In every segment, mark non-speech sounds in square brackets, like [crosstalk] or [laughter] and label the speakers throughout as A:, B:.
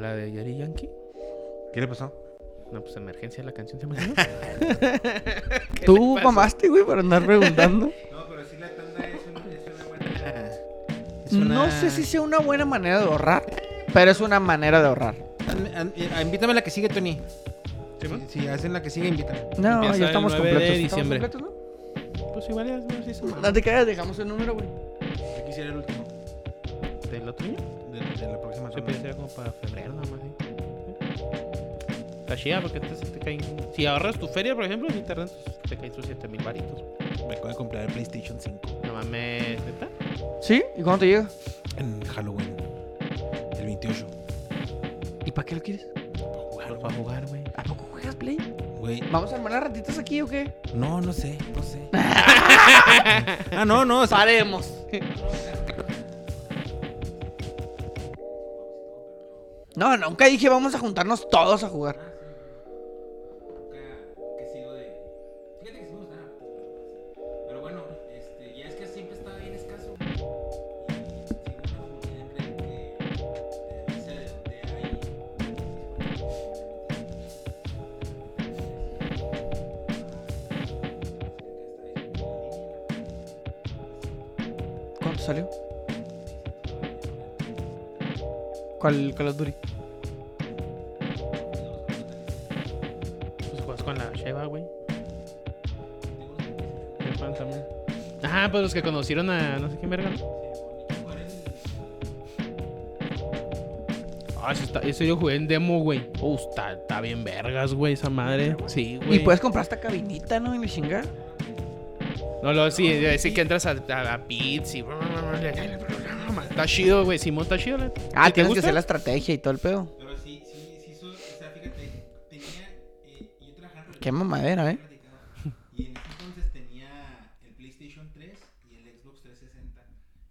A: la de Yari Yankee.
B: ¿Qué le pasó?
A: No, pues emergencia la canción [laughs] se llama. ¿no? ¿Qué le
C: Tú
A: pasa?
C: mamaste, güey, para andar preguntando.
B: No, pero sí la tanda es una, buena.
C: No sé si sea una buena manera de ahorrar, pero es una manera de ahorrar.
D: Invítame a la que sigue, Tony.
A: ¿Sí, va?
D: Si, si hacen la que sigue, invítame.
C: No,
A: Empieza el
C: ya estamos
A: 9 de
C: completos. ¿Estamos
A: diciembre.
C: completos, no?
A: Pues igual ya no sé si
C: No te quedas, dejamos el número, güey.
D: Yo quisiera el último.
A: ¿Del otro año?
D: De, de la próxima
A: Yo
D: semana.
A: pensé como para febrero nomás. Está chida porque te, te caen. Si ahorras tu feria, por ejemplo, en internet, pues, te caen tus 7 mil baritos.
D: Me acabo de comprar el PlayStation 5
A: No mames, neta.
C: ¿Sí? ¿Y cuándo te llega?
D: en Halloween. El 28.
C: ¿Y para qué lo quieres?
D: Para jugar,
A: Para jugar, güey.
C: ¿A poco juegas Play?
D: güey.
C: ¿Vamos a armar las ratitas aquí o qué?
D: No, no sé, no sé. ah, no, no. o sea,
C: ¡Paremos! No, nunca dije vamos a juntarnos todos a jugar.
B: que sigo de. Fíjate que sí me gustaba. Pero bueno, este, ya es que siempre estaba bien escaso. Y sigo una comunidad en red que. eh, o sea, de ahí.
C: ¿Cuánto salió? ¿Cuál Call of Duty?
A: Pues juegas con la Sheva, güey. Qué fan también. Ah, pues los que conocieron a no sé quién verga. ¿no? Ah, eso, está, eso yo jugué en demo, güey. Uh, está, está bien vergas, güey, esa madre. Sí, güey.
C: Y puedes comprar esta cabinita, ¿no? Y la chingada.
A: No, lo sí, es decir que entras a, a, a pits y. Está chido, güey. Simón está chido, la-
C: Ah,
A: ¿Y te
C: tienes que
A: gusta?
C: hacer la estrategia y todo el pedo.
B: Pero sí, sí, sí, su- o sea, fíjate, tenía. eh, yo trabajaba en
C: Qué mamadera, ¿eh?
B: platicado. Y en ese entonces tenía el PlayStation 3 y el Xbox 360.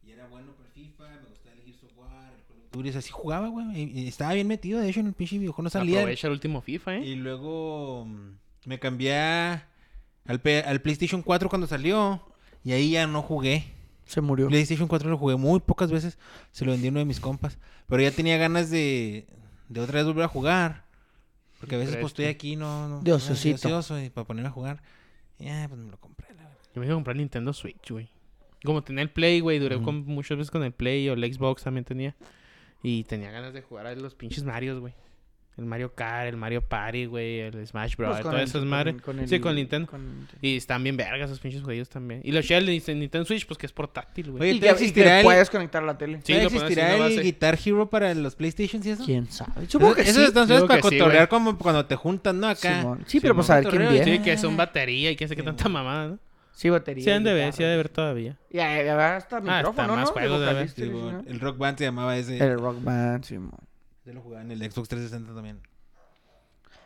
B: Y era bueno para el FIFA, me gustaba elegir software, el Call of Duty.
D: tú dices, así jugaba, güey. y- y Estaba bien metido, de hecho, en el pinche videojuego no salía.
A: Aprovecha el último FIFA, eh.
D: Y luego mm, me cambié a- al, P- al PlayStation 4 cuando salió. Y ahí ya no jugué.
C: Se murió.
D: PlayStation 4 lo jugué muy pocas veces. Se lo vendí a uno de mis compas. Pero ya tenía ganas de, de otra vez volver a jugar. Porque a veces pues estoy
A: Preste.
D: aquí, no... no
C: De ociosito.
D: de ocioso, y para poner a jugar. Ya, pues me lo compré, la verdad.
A: Yo me iba a comprar Nintendo Switch, güey. Como tenía el Play, güey, duré
D: Ujú.
A: con- muchas veces con el Play o el Xbox también tenía. Y tenía ganas de jugar a los pinches Marios, güey. El Mario Kart, el Mario Party, güey, el Smash Bros.
C: Pues con
A: Ah, todas
C: el-
A: esas madres.
C: con- con el-
A: Sí, con Nintendo.
C: con Nintendo.
A: Y están bien vergas esos pinches juegos también. Y los Shell de Nintendo Switch, pues que es portátil, güey.
D: Oye,
C: Y
D: todavía
C: que- y que
D: existirá el-
C: puedes conectar a la tele.
A: Sí,
D: ¿Todavía
A: lo pones
D: ¿Existirá
A: en una
D: el
A: base.
D: Guitar Hero para los PlayStation y eso?
C: ¿Quién sabe?
D: Eso,
C: Supongo que
D: eso
C: sí.
D: es- entonces
A: digo
D: para
A: que sí,
D: cotorrear como cuando te juntan, ¿no? Acá.
C: Simón. Sí, pero pues a ver quién
D: Cotorreo,
C: viene.
A: Sí, que son batería y que sé qué tanta mamada, ¿no?
C: Sí, batería.
A: Sí, han de ver,
C: guitarra.
A: sí, han de ver todavía.
C: Y ahí había hasta micrófono,
A: más
C: ¿no?
A: juegos de
C: vocalista,
D: Sí,
C: sí,
D: bueno,
C: sí,
D: el Rock Band se llamaba ese.
C: ¿no? El rock band, sí, mo.
D: Yo lo jugaba en el Xbox 360 también.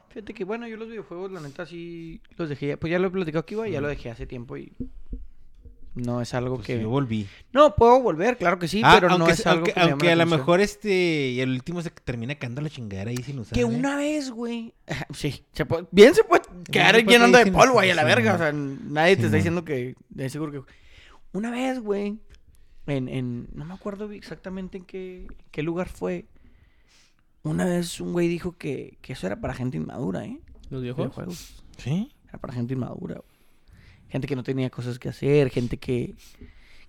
C: Fíjate que bueno, yo los videojuegos, la neta, sí los dejé. Pues ya lo he platicado aquí, güey, ya lo dejé hace tiempo y. No es algo
D: Pues
C: que.
D: yo volví.
C: No, puedo volver, claro que sí,
D: Ah,
C: pero no
D: aunque,
C: es algo
D: aunque-
C: que. me llame
D: aunque
C: la
D: a lo
C: atención.
D: mejor este. Y el último se termina quedando la chingada ahí sin usar.
C: Que
D: ¿eh?
C: una vez, güey. [laughs] Sí, se puede- bien se puede quedar
D: se puede
C: llenando de
D: decir,
C: polvo ahí a la
D: pues, sí,
C: verga.
D: no.
C: O sea, nadie te
D: Sí,
C: está
D: no.
C: diciendo que. de seguro que. Una vez, güey. En, en. No me acuerdo exactamente en qué, qué lugar fue. Una vez un güey dijo que, que eso era para gente inmadura, ¿eh?
A: Los videojuegos. [laughs]
C: Videojuegos.
D: ¿Sí?
C: Era para gente inmadura, güey. Gente que no tenía cosas que hacer, gente que.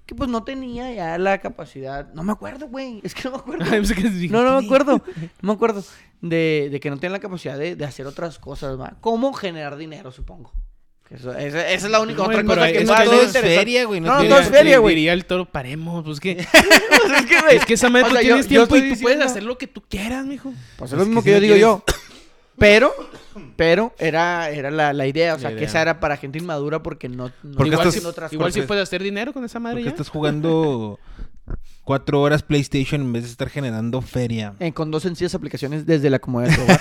C: Que pues no tenía ya la capacidad. No me acuerdo, güey. Es que no me
D: [laughs]
C: acuerdo.
A: pues,
C: No, no me acuerdo. No me acuerdo. De, de que no tienen la capacidad de, de hacer otras cosas, ¿va? ¿Cómo generar dinero, supongo? Que eso- esa, esa es la única
A: Bueno,
C: otra
A: pero
C: cosa
A: ahí-
C: que
A: es
C: no
A: que
C: hace
A: todo es
C: interesante.
D: feria, güey, no
C: No, no,
D: tiene-
C: todo es feria, güey.
A: Diría el toro, paremos, pues [laughs] que...
C: O sea, [laughs] es que, güey,
A: Es que esa madre
C: o
A: tú
C: sea, yo-
A: tienes
C: yo
A: tiempo y tú
C: estoy
A: puedes
C: diciendo-
A: hacer lo que tú quieras, mijo.
C: Pues es
D: Es
C: lo
D: que
C: mismo
D: si
C: que,
D: no
C: yo digo yo. Pero, pero era, era la, la idea. O
D: La
C: sea, que
D: idea.
C: esa era para gente inmadura porque no, no
D: Porque
C: igual
A: igual
D: estás-
A: si,
C: sin otras
A: igual si
C: cosas.
A: puedes hacer dinero con esa madre
D: Porque
A: ya.
D: estás
C: [laughs]
D: jugando cuatro horas PlayStation en vez de estar generando feria.
C: Eh, con dos sencillas aplicaciones desde la comodidad de tu hogar.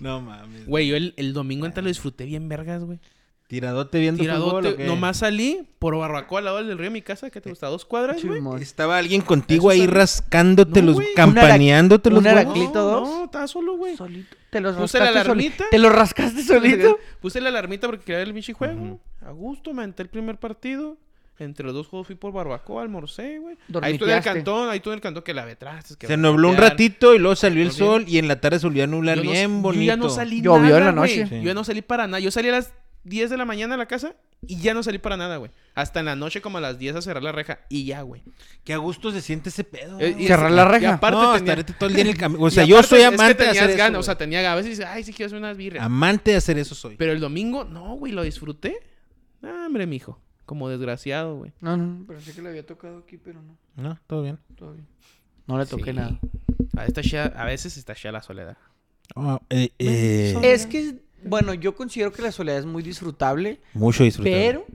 D: No mames.
A: Güey, yo el, el domingo antes lo disfruté bien vergas, güey.
D: Tiradote viendo Ah. fútbol, ¿o
A: Tiradote,
D: qué?
A: nomás salí por Barbacoa al lado del río de mi casa, que te gusta dos cuadras, güey.
C: Simón.
D: Estaba alguien contigo
A: Eso
D: ahí
A: está-
D: rascándote
A: No,
D: los,
A: güey. Un
D: campaneándote los
C: un arac-
A: No,
C: ¿Clito dos?
A: no, estaba solo, güey.
C: Solito. Te los
A: Puse
C: rascaste
A: la
C: soli-
A: alarmita.
C: Te lo rascaste solito.
A: Puse la alarmita porque quería ver el pinche juego. A gusto, me aventé el primer partido. Entre los dos juegos fui por barbacoa, almorcé, güey. Ahí estuve en el
C: Dormiteaste.
A: cantón, ahí estuve en el cantón que la vetraste.
D: Se nubló un ratito y luego salió el sol y en la tarde se volvió a nublar
A: Yo no-
D: bien bonito.
A: Yo ya no salí
C: Llovió
A: nada,
C: en la
A: güey.
C: noche.
D: Sí.
A: Yo ya no salí para nada. Yo salí a las 10 de la mañana a la casa y ya no salí para nada, güey. Hasta en la noche como a las 10 a cerrar la reja y ya, güey.
D: Qué a gusto se siente ese pedo.
A: Eh,
D: güey.
A: y-
C: Cerrar la
A: Y
C: reja.
A: aparte
D: no,
A: tenía-
D: estaré todo el [laughs] día en el camino. O
A: y
D: sea, yo
A: aparte
D: soy
A: es que
D: amante de
A: tenías
D: hacer
A: ganas,
D: eso.
A: o sea,
D: güey.
A: tenía, a veces dices, ay, sí quiero hacer unas birras.
D: Amante de hacer eso soy.
A: Pero el domingo, no, güey, lo disfruté. Ah, hombre, mijo. Como desgraciado, güey.
C: No, no, pero sé que le había tocado aquí, pero no,
D: No, todo bien.
C: todavía. No le
A: Sí.
C: toqué nada.
A: A, esta shea- a veces está ya la soledad.
D: Ah, eh, eh,
A: Son-
C: Es que, bueno, yo considero que la soledad es muy disfrutable,
D: mucho disfrutable.
C: pero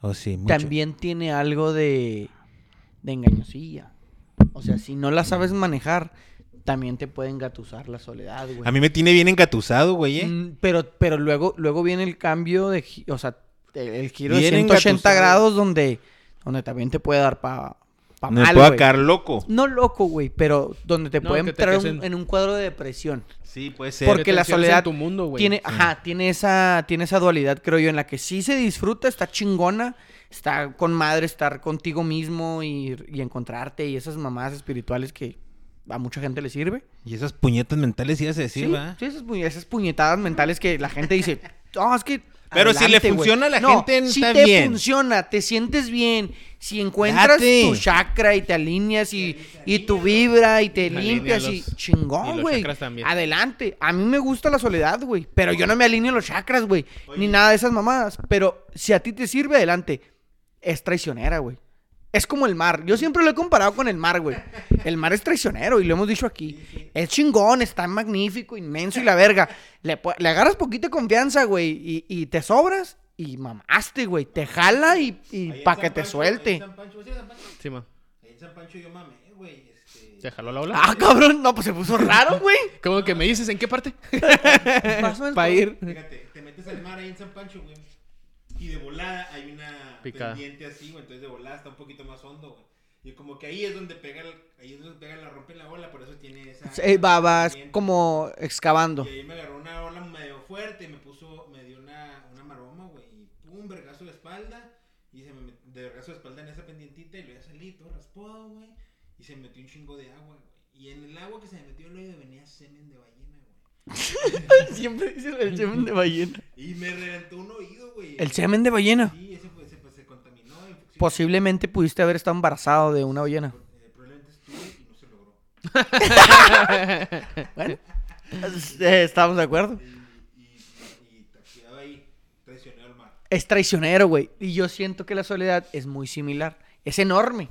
D: Oh, sí, mucho.
C: también tiene algo de, de engañosilla. O sea, si no la sabes manejar, también te puede engatusar la soledad, güey.
D: A mí me tiene bien engatusado, güey. eh.
C: Mm, Pero, pero luego, luego viene el cambio de, gi- o sea, el, el giro
D: Bien
C: de 180
D: engatusado.
C: grados donde, donde también te puede dar pa, pa
D: Me
C: mal,
D: puedo
C: güey.
D: acabar loco.
C: No loco, güey, pero donde te
A: No,
C: puede
A: que te
C: entrar
A: quedes
C: un-
A: en-
C: en un cuadro de depresión.
D: Sí, puede ser.
C: Porque
A: Que te
C: la
A: encierres en
C: soledad
A: tu mundo, güey.
C: Tiene, ajá, tiene esa, tiene esa dualidad, creo yo, en la que sí se disfruta, está chingona, está con madre estar contigo mismo y, y encontrarte y esas mamadas espirituales que a mucha gente le sirve.
D: Y esas puñetas mentales ibas a
C: Sí,
D: decir,
C: sí,
D: ¿verdad?
C: esas, pu- esas puñetadas mentales que la gente dice, [laughs] no, es que...
D: Pero si le
C: güey".
D: funciona a la gente,
C: si
D: está
C: te
D: bien.
C: funciona, te sientes bien, si encuentras
D: Date.
C: tu chakra y te alineas y, y tu vibra y te
A: Alinea
C: limpias y
A: los- y
C: chingón,
A: los
C: güey.
A: chakras también.
C: Adelante. A mí me gusta la soledad, güey, pero yo no me alineo los chakras, güey, ni nada de esas mamadas. Pero si a ti te sirve, adelante. Es traicionera, güey. Es como el mar. Yo siempre lo he comparado con el mar, güey. El mar es traicionero y lo hemos dicho aquí. Es chingón, está magnífico, inmenso y la verga. Le, po- le agarras poquita confianza, güey, y, y te sobras y mamaste, güey. Te jala y, y pa' que te suelte.
A: Sí, ma.
D: En San Pancho yo mamé, güey. este,
A: ¿Te jaló la ola?
C: Ah, cabrón, no, pues se puso raro, [laughs] güey.
A: Como que me dices, ¿en qué parte?
C: Pasó el-
A: Para ir.
D: Fíjate, te metes al mar ahí en San Pancho, güey. Y de volada hay una
A: Picada.
D: pendiente así, güey. Entonces de volada está un poquito más hondo, güey. Y como que ahí es donde pega, el- ahí es donde pega la rompe la ola, por eso tiene esa.
C: Eh, va, vas
D: pendiente.
C: como excavando.
D: Y ahí me agarró una ola medio fuerte y me puso, me dio una, una maroma, güey. Y un vergazo de espalda. Y se me met- de vergazo de espalda en esa pendientita y lo ya salí todo raspado, güey. Y se me metió un chingo de agua, güey. Y en el agua que se me metió el oído venía semen de ballena, güey.
C: [laughs] Siempre dice el semen de ballena.
D: Y me reventó un oído, güey.
C: El semen de ballena.
D: Sí, ese fue, ese, pues, se contaminó. infección.
C: Posiblemente pudiste haber estado embarazado de una ballena.
D: Eh, probablemente estuve y no se logró.
C: Bueno, [laughs] eh, estamos de acuerdo.
D: Y, y, y, y quedaba ahí, traicioné al mar.
C: Es traicionero, güey. Y yo siento que la soledad es muy similar. Es enorme.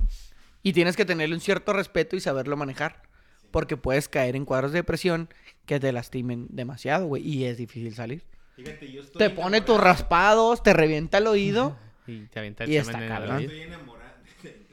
C: Y tienes que tenerle un cierto respeto y saberlo manejar. Porque puedes caer en cuadros de depresión que te lastimen demasiado, güey. Y es difícil salir.
D: Fíjate, yo estoy.
C: Te pone tus
D: enamorado.
C: raspados, te revienta el oído.
A: Y te avienta el
C: Y está
A: semen en la
C: cabrón.
A: nariz.
D: Estoy enamorado. [laughs] Te
C: [laughs]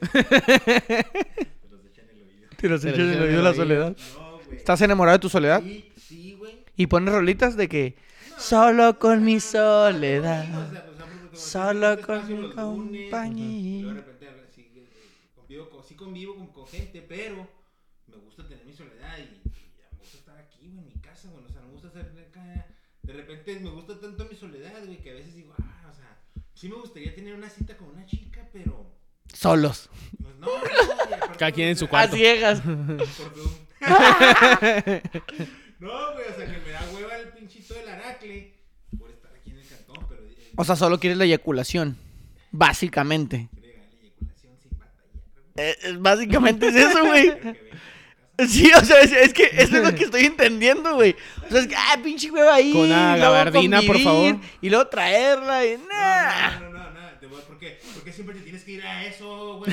D: los echan el oído.
C: Te los
A: Te los
C: echas en el oído la soledad.
D: No, güey.
C: ¿Estás enamorado de tu soledad?
D: Sí, sí, güey.
C: Y pones rolitas de que... Solo con mi
D: O
C: soledad.
D: sea, pues, vamos a tomar
C: Solo
D: este
C: con
D: espacio
C: mi
D: los lunes, Y luego de
C: compañía.
D: repente sí, eh, convivo, con- sí convivo con, con gente, pero me gusta tener mi soledad y, y me gusta estar aquí, güey, en mi casa, güey. O sea, no me gusta estar acá. De repente me gusta tanto mi soledad, güey, que a veces digo, ah, o sea, sí me gustaría tener una cita con una chica, pero.
C: Solos.
D: Pues no, güey, aparte pues,
A: Cada quien en su
D: me-
A: cuarto.
C: A ciegas.
D: por Zoom. no, güey, o sea, que me da hueva el pinchito del Aracle por estar aquí en el cantón, pero. eh,
C: O sea, solo quieres la eyaculación. Básicamente.
D: Agrega la eyaculación sin batallar.
C: Eh, eh, básicamente es eso, güey. [laughs]
D: Creo que venga.
C: Sí, o sea, es, es que eso es lo que estoy entendiendo, güey. O sea, es que, ah, pinche hueva ahí.
A: Con una
C: luego
A: gabardina, por
C: convivir,
A: favor.
C: Y luego traerla y nah.
D: No, no, no, no, no, te voy- ¿por qué? ¿Por qué siempre te tienes que ir a eso,
C: [laughs]
D: güey?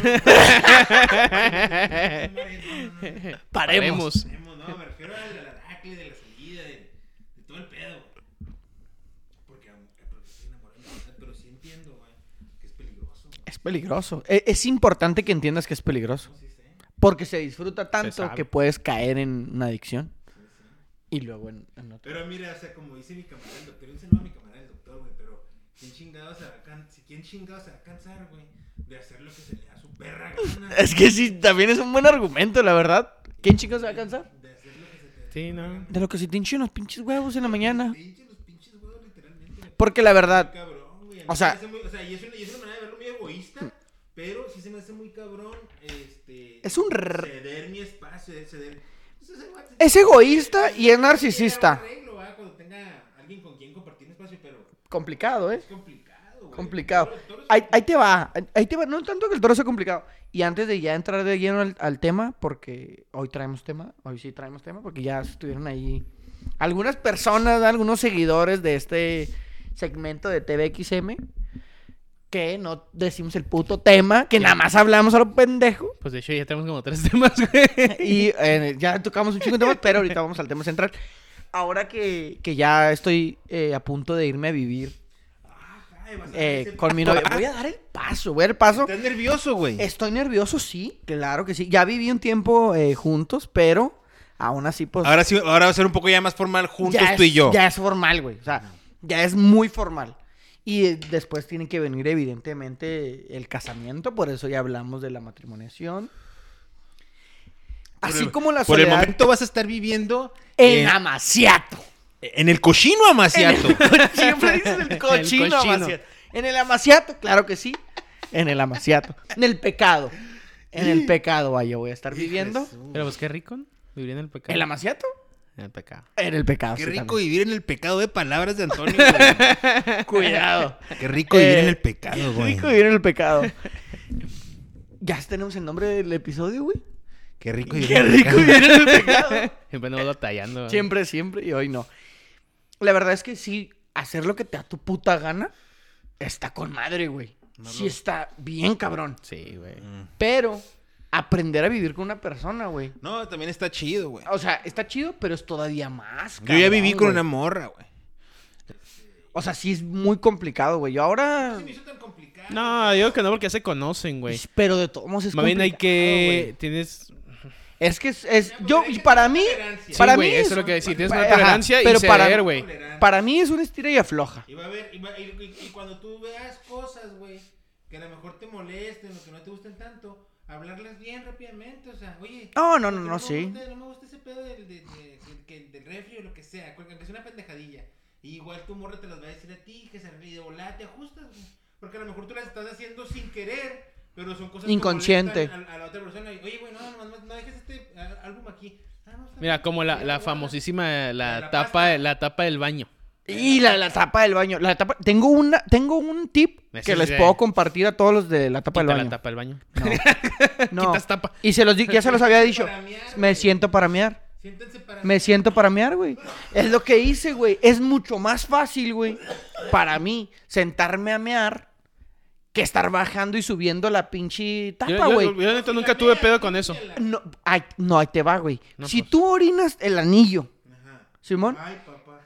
A: [laughs]
D: No,
C: Paremos.
A: Paremos.
D: no, no, no, me refiero al al Aracle, de la salida, de, de todo el pedo, güey. Porque, am- porque estoy enamorado de la verdad, pero sí entiendo, güey, que es peligroso. güey.
C: Es peligroso. E- Es, importante que entiendas que es peligroso.
D: Sí sé,
C: Porque se disfruta tanto
A: sabe.
C: que puedes caer en una adicción. Y luego en, en otra.
D: Pero mira, o sea, como dice mi camarada el doctor, un saludo a mi camarada el doctor, güey, pero ¿quién chingado se va a, can- si- ¿quién chingado se va a cansar, güey, de hacer lo que se le da a su perra gana?
C: [laughs] Es que sí, también es un buen argumento, la verdad. ¿Quién chicos se va a cansar?
D: De hacer lo que se te da.
A: Sí, no.
C: De lo que se te hinchen los pinches huevos en la mañana.
D: Pinche los pinches, güey, literalmente. güey.
C: Porque la verdad,
D: Cabrón, güey.
C: O sea-
D: Es muy- o sea, y es una, y es una manera de verlo muy egoísta, pero sí se me hace muy cabrón este,
C: Es un r-
D: ceder mi espacio, de ceder. Pues ese güey-
C: Es egoísta y es narcisista.
D: Tiene un arreglo, ¿verdad? Cuando tenga alguien con quien compartir un espacio, pero
C: Complicado, ¿eh?
D: es complicado. güey.
C: Complicado.
D: Todo- todo es
C: Ahí, ahí te va, ahí te va. No tanto que el toro sea complicado. Y antes de ya entrar de lleno al, al tema, porque hoy traemos tema, hoy sí traemos tema, porque ya estuvieron ahí algunas personas, algunos seguidores de este segmento de TVXM, que no decimos el puto tema, que nada más hablamos a lo pendejo.
A: Pues de hecho ya tenemos como tres [laughs] temas, güey.
C: Y eh, ya tocamos un chingo de temas, pero ahorita vamos al tema central. Ahora que, que ya estoy eh, a punto de irme a vivir
D: Ajá, y ah, vas a
C: eh,
D: ese-
C: con mi novia, voy a dar el paso, voy a dar el paso.
D: Estás nervioso, güey.
C: Estoy nervioso, sí, claro que sí. Ya viví un tiempo eh, juntos, pero aún así, pues.
D: Ahora sí, ahora va a ser un poco ya más formal juntos
C: ya
D: tú
C: es-
D: y yo.
C: Ya es formal, güey. O sea, ya es muy formal. Y eh, después tiene que venir, evidentemente, el casamiento. Por eso ya hablamos de la matrimoniación.
D: Por
C: Así
D: el-
C: como la
D: Por el
C: soledad
D: momento vas a estar viviendo
C: en
D: en,
C: Amaciato.
D: en el cochino amaciato.
C: [laughs] Siempre dices el cochino,
A: cochino.
C: Amaciato. En el Amaciato, claro que sí. En el Amaciato. En el pecado. En el pecado, vaya, voy a estar viviendo.
A: Pero pues qué rico, ¿no? Vivir en el pecado.
C: ¿El amaciato?
A: En el pecado.
C: En el pecado.
D: Qué
C: sí,
D: rico
C: también.
D: vivir en el pecado de palabras de Antonio. güey.
C: Cuidado.
D: Qué rico vivir
C: [laughs] Eh,
D: en el
C: [laughs]
D: pecado,
C: Qué
D: güey.
C: rico vivir en el pecado. [laughs] Ya tenemos el nombre del episodio, güey.
D: Qué rico vivir
C: Qué
D: en el
C: [laughs] rico
D: pecado.
C: vivir en el pecado.
A: Siempre andamos batallando. güey.
C: Siempre, siempre y hoy no. La verdad es que sí, hacer lo que te da tu puta gana está con madre, güey. Sí está bien cabrón.
A: Sí, güey.
D: Mm.
C: Pero aprender a vivir con una persona, güey.
D: No, también está chido, güey.
C: O sea, está chido, pero es todavía más.
D: Yo ya
C: Oh, cabrón,
D: viví con
C: güey.
D: una morra, güey.
C: O sea, sí es muy complicado, güey. Yo ahora.
D: Se me hizo tan complicado.
A: No, yo digo que no porque ya se conocen, güey.
C: Pero de todos modos es
A: Más bien hay
C: complicado,
A: que...
C: güey.
A: Tienes...
C: Es es que es, es
D: Ya, pues,
C: yo
D: hay
C: y
D: que
C: para
D: tener
C: mí
D: tolerancia.
A: Sí,
C: para
A: güey,
C: mí
A: eso
C: es
A: es lo que decir. Tienes una
C: Ajá,
A: tolerancia
C: pero
A: y
C: para-
A: ceder, güey.
C: para mí es una estira y afloja.
D: Y va a haber, y, va- y- y- y cuando tú veas cosas, güey, que a lo mejor te molesten o que no te gusten tanto, hablarlas bien rápidamente, o sea, oye.
C: No, no, no,
D: lo que
C: no, sí.
D: Me gusta, no me gusta ese pedo del, de- de- que- que- del refri o lo que sea, cu- aunque sea una pendejadilla. Y igual tu morra te las va a decir a ti, que se arregle y de volada te ajustas, güey. Porque a lo mejor tú las estás haciendo sin querer, pero son cosas que
C: Inconsciente.
D: molestan A, a la otra persona. Y, Oye, güey, no, no, no, no dejes este ah, álbum aquí. Ah, no, está
A: Mira,
D: bien.
A: como la,
D: Ya,
A: la
D: guarda.
A: famosísima... La,
D: La
A: tapa,
D: pasta.
A: la tapa del baño.
C: Y la, la tapa del baño, la tapa tengo una tengo un tip
A: Ese
C: que
A: sí
C: les
A: de-
C: puedo compartir a todos los de la tapa
A: Quita
C: del
A: la
C: baño.
A: tapa del baño.
C: No.
A: Quitas tapa.
C: Y se los di- ya se los había dicho.
D: Para mear,
C: Me
D: güey.
C: siento para mear.
D: Siéntense para.
C: Me siento para mear, güey. Es lo que hice, güey. Es mucho más fácil, güey, para mí sentarme a mear que estar bajando y subiendo la pinche
A: Yo,
C: tapa,
A: yo,
C: güey.
A: yo, neta, nunca tuve pedo con eso.
C: No, ay, no, ahí te va, güey.
A: No,
C: si
A: pues.
C: tú orinas el anillo,
D: Ajá.
C: Simón,
D: Ay, papá.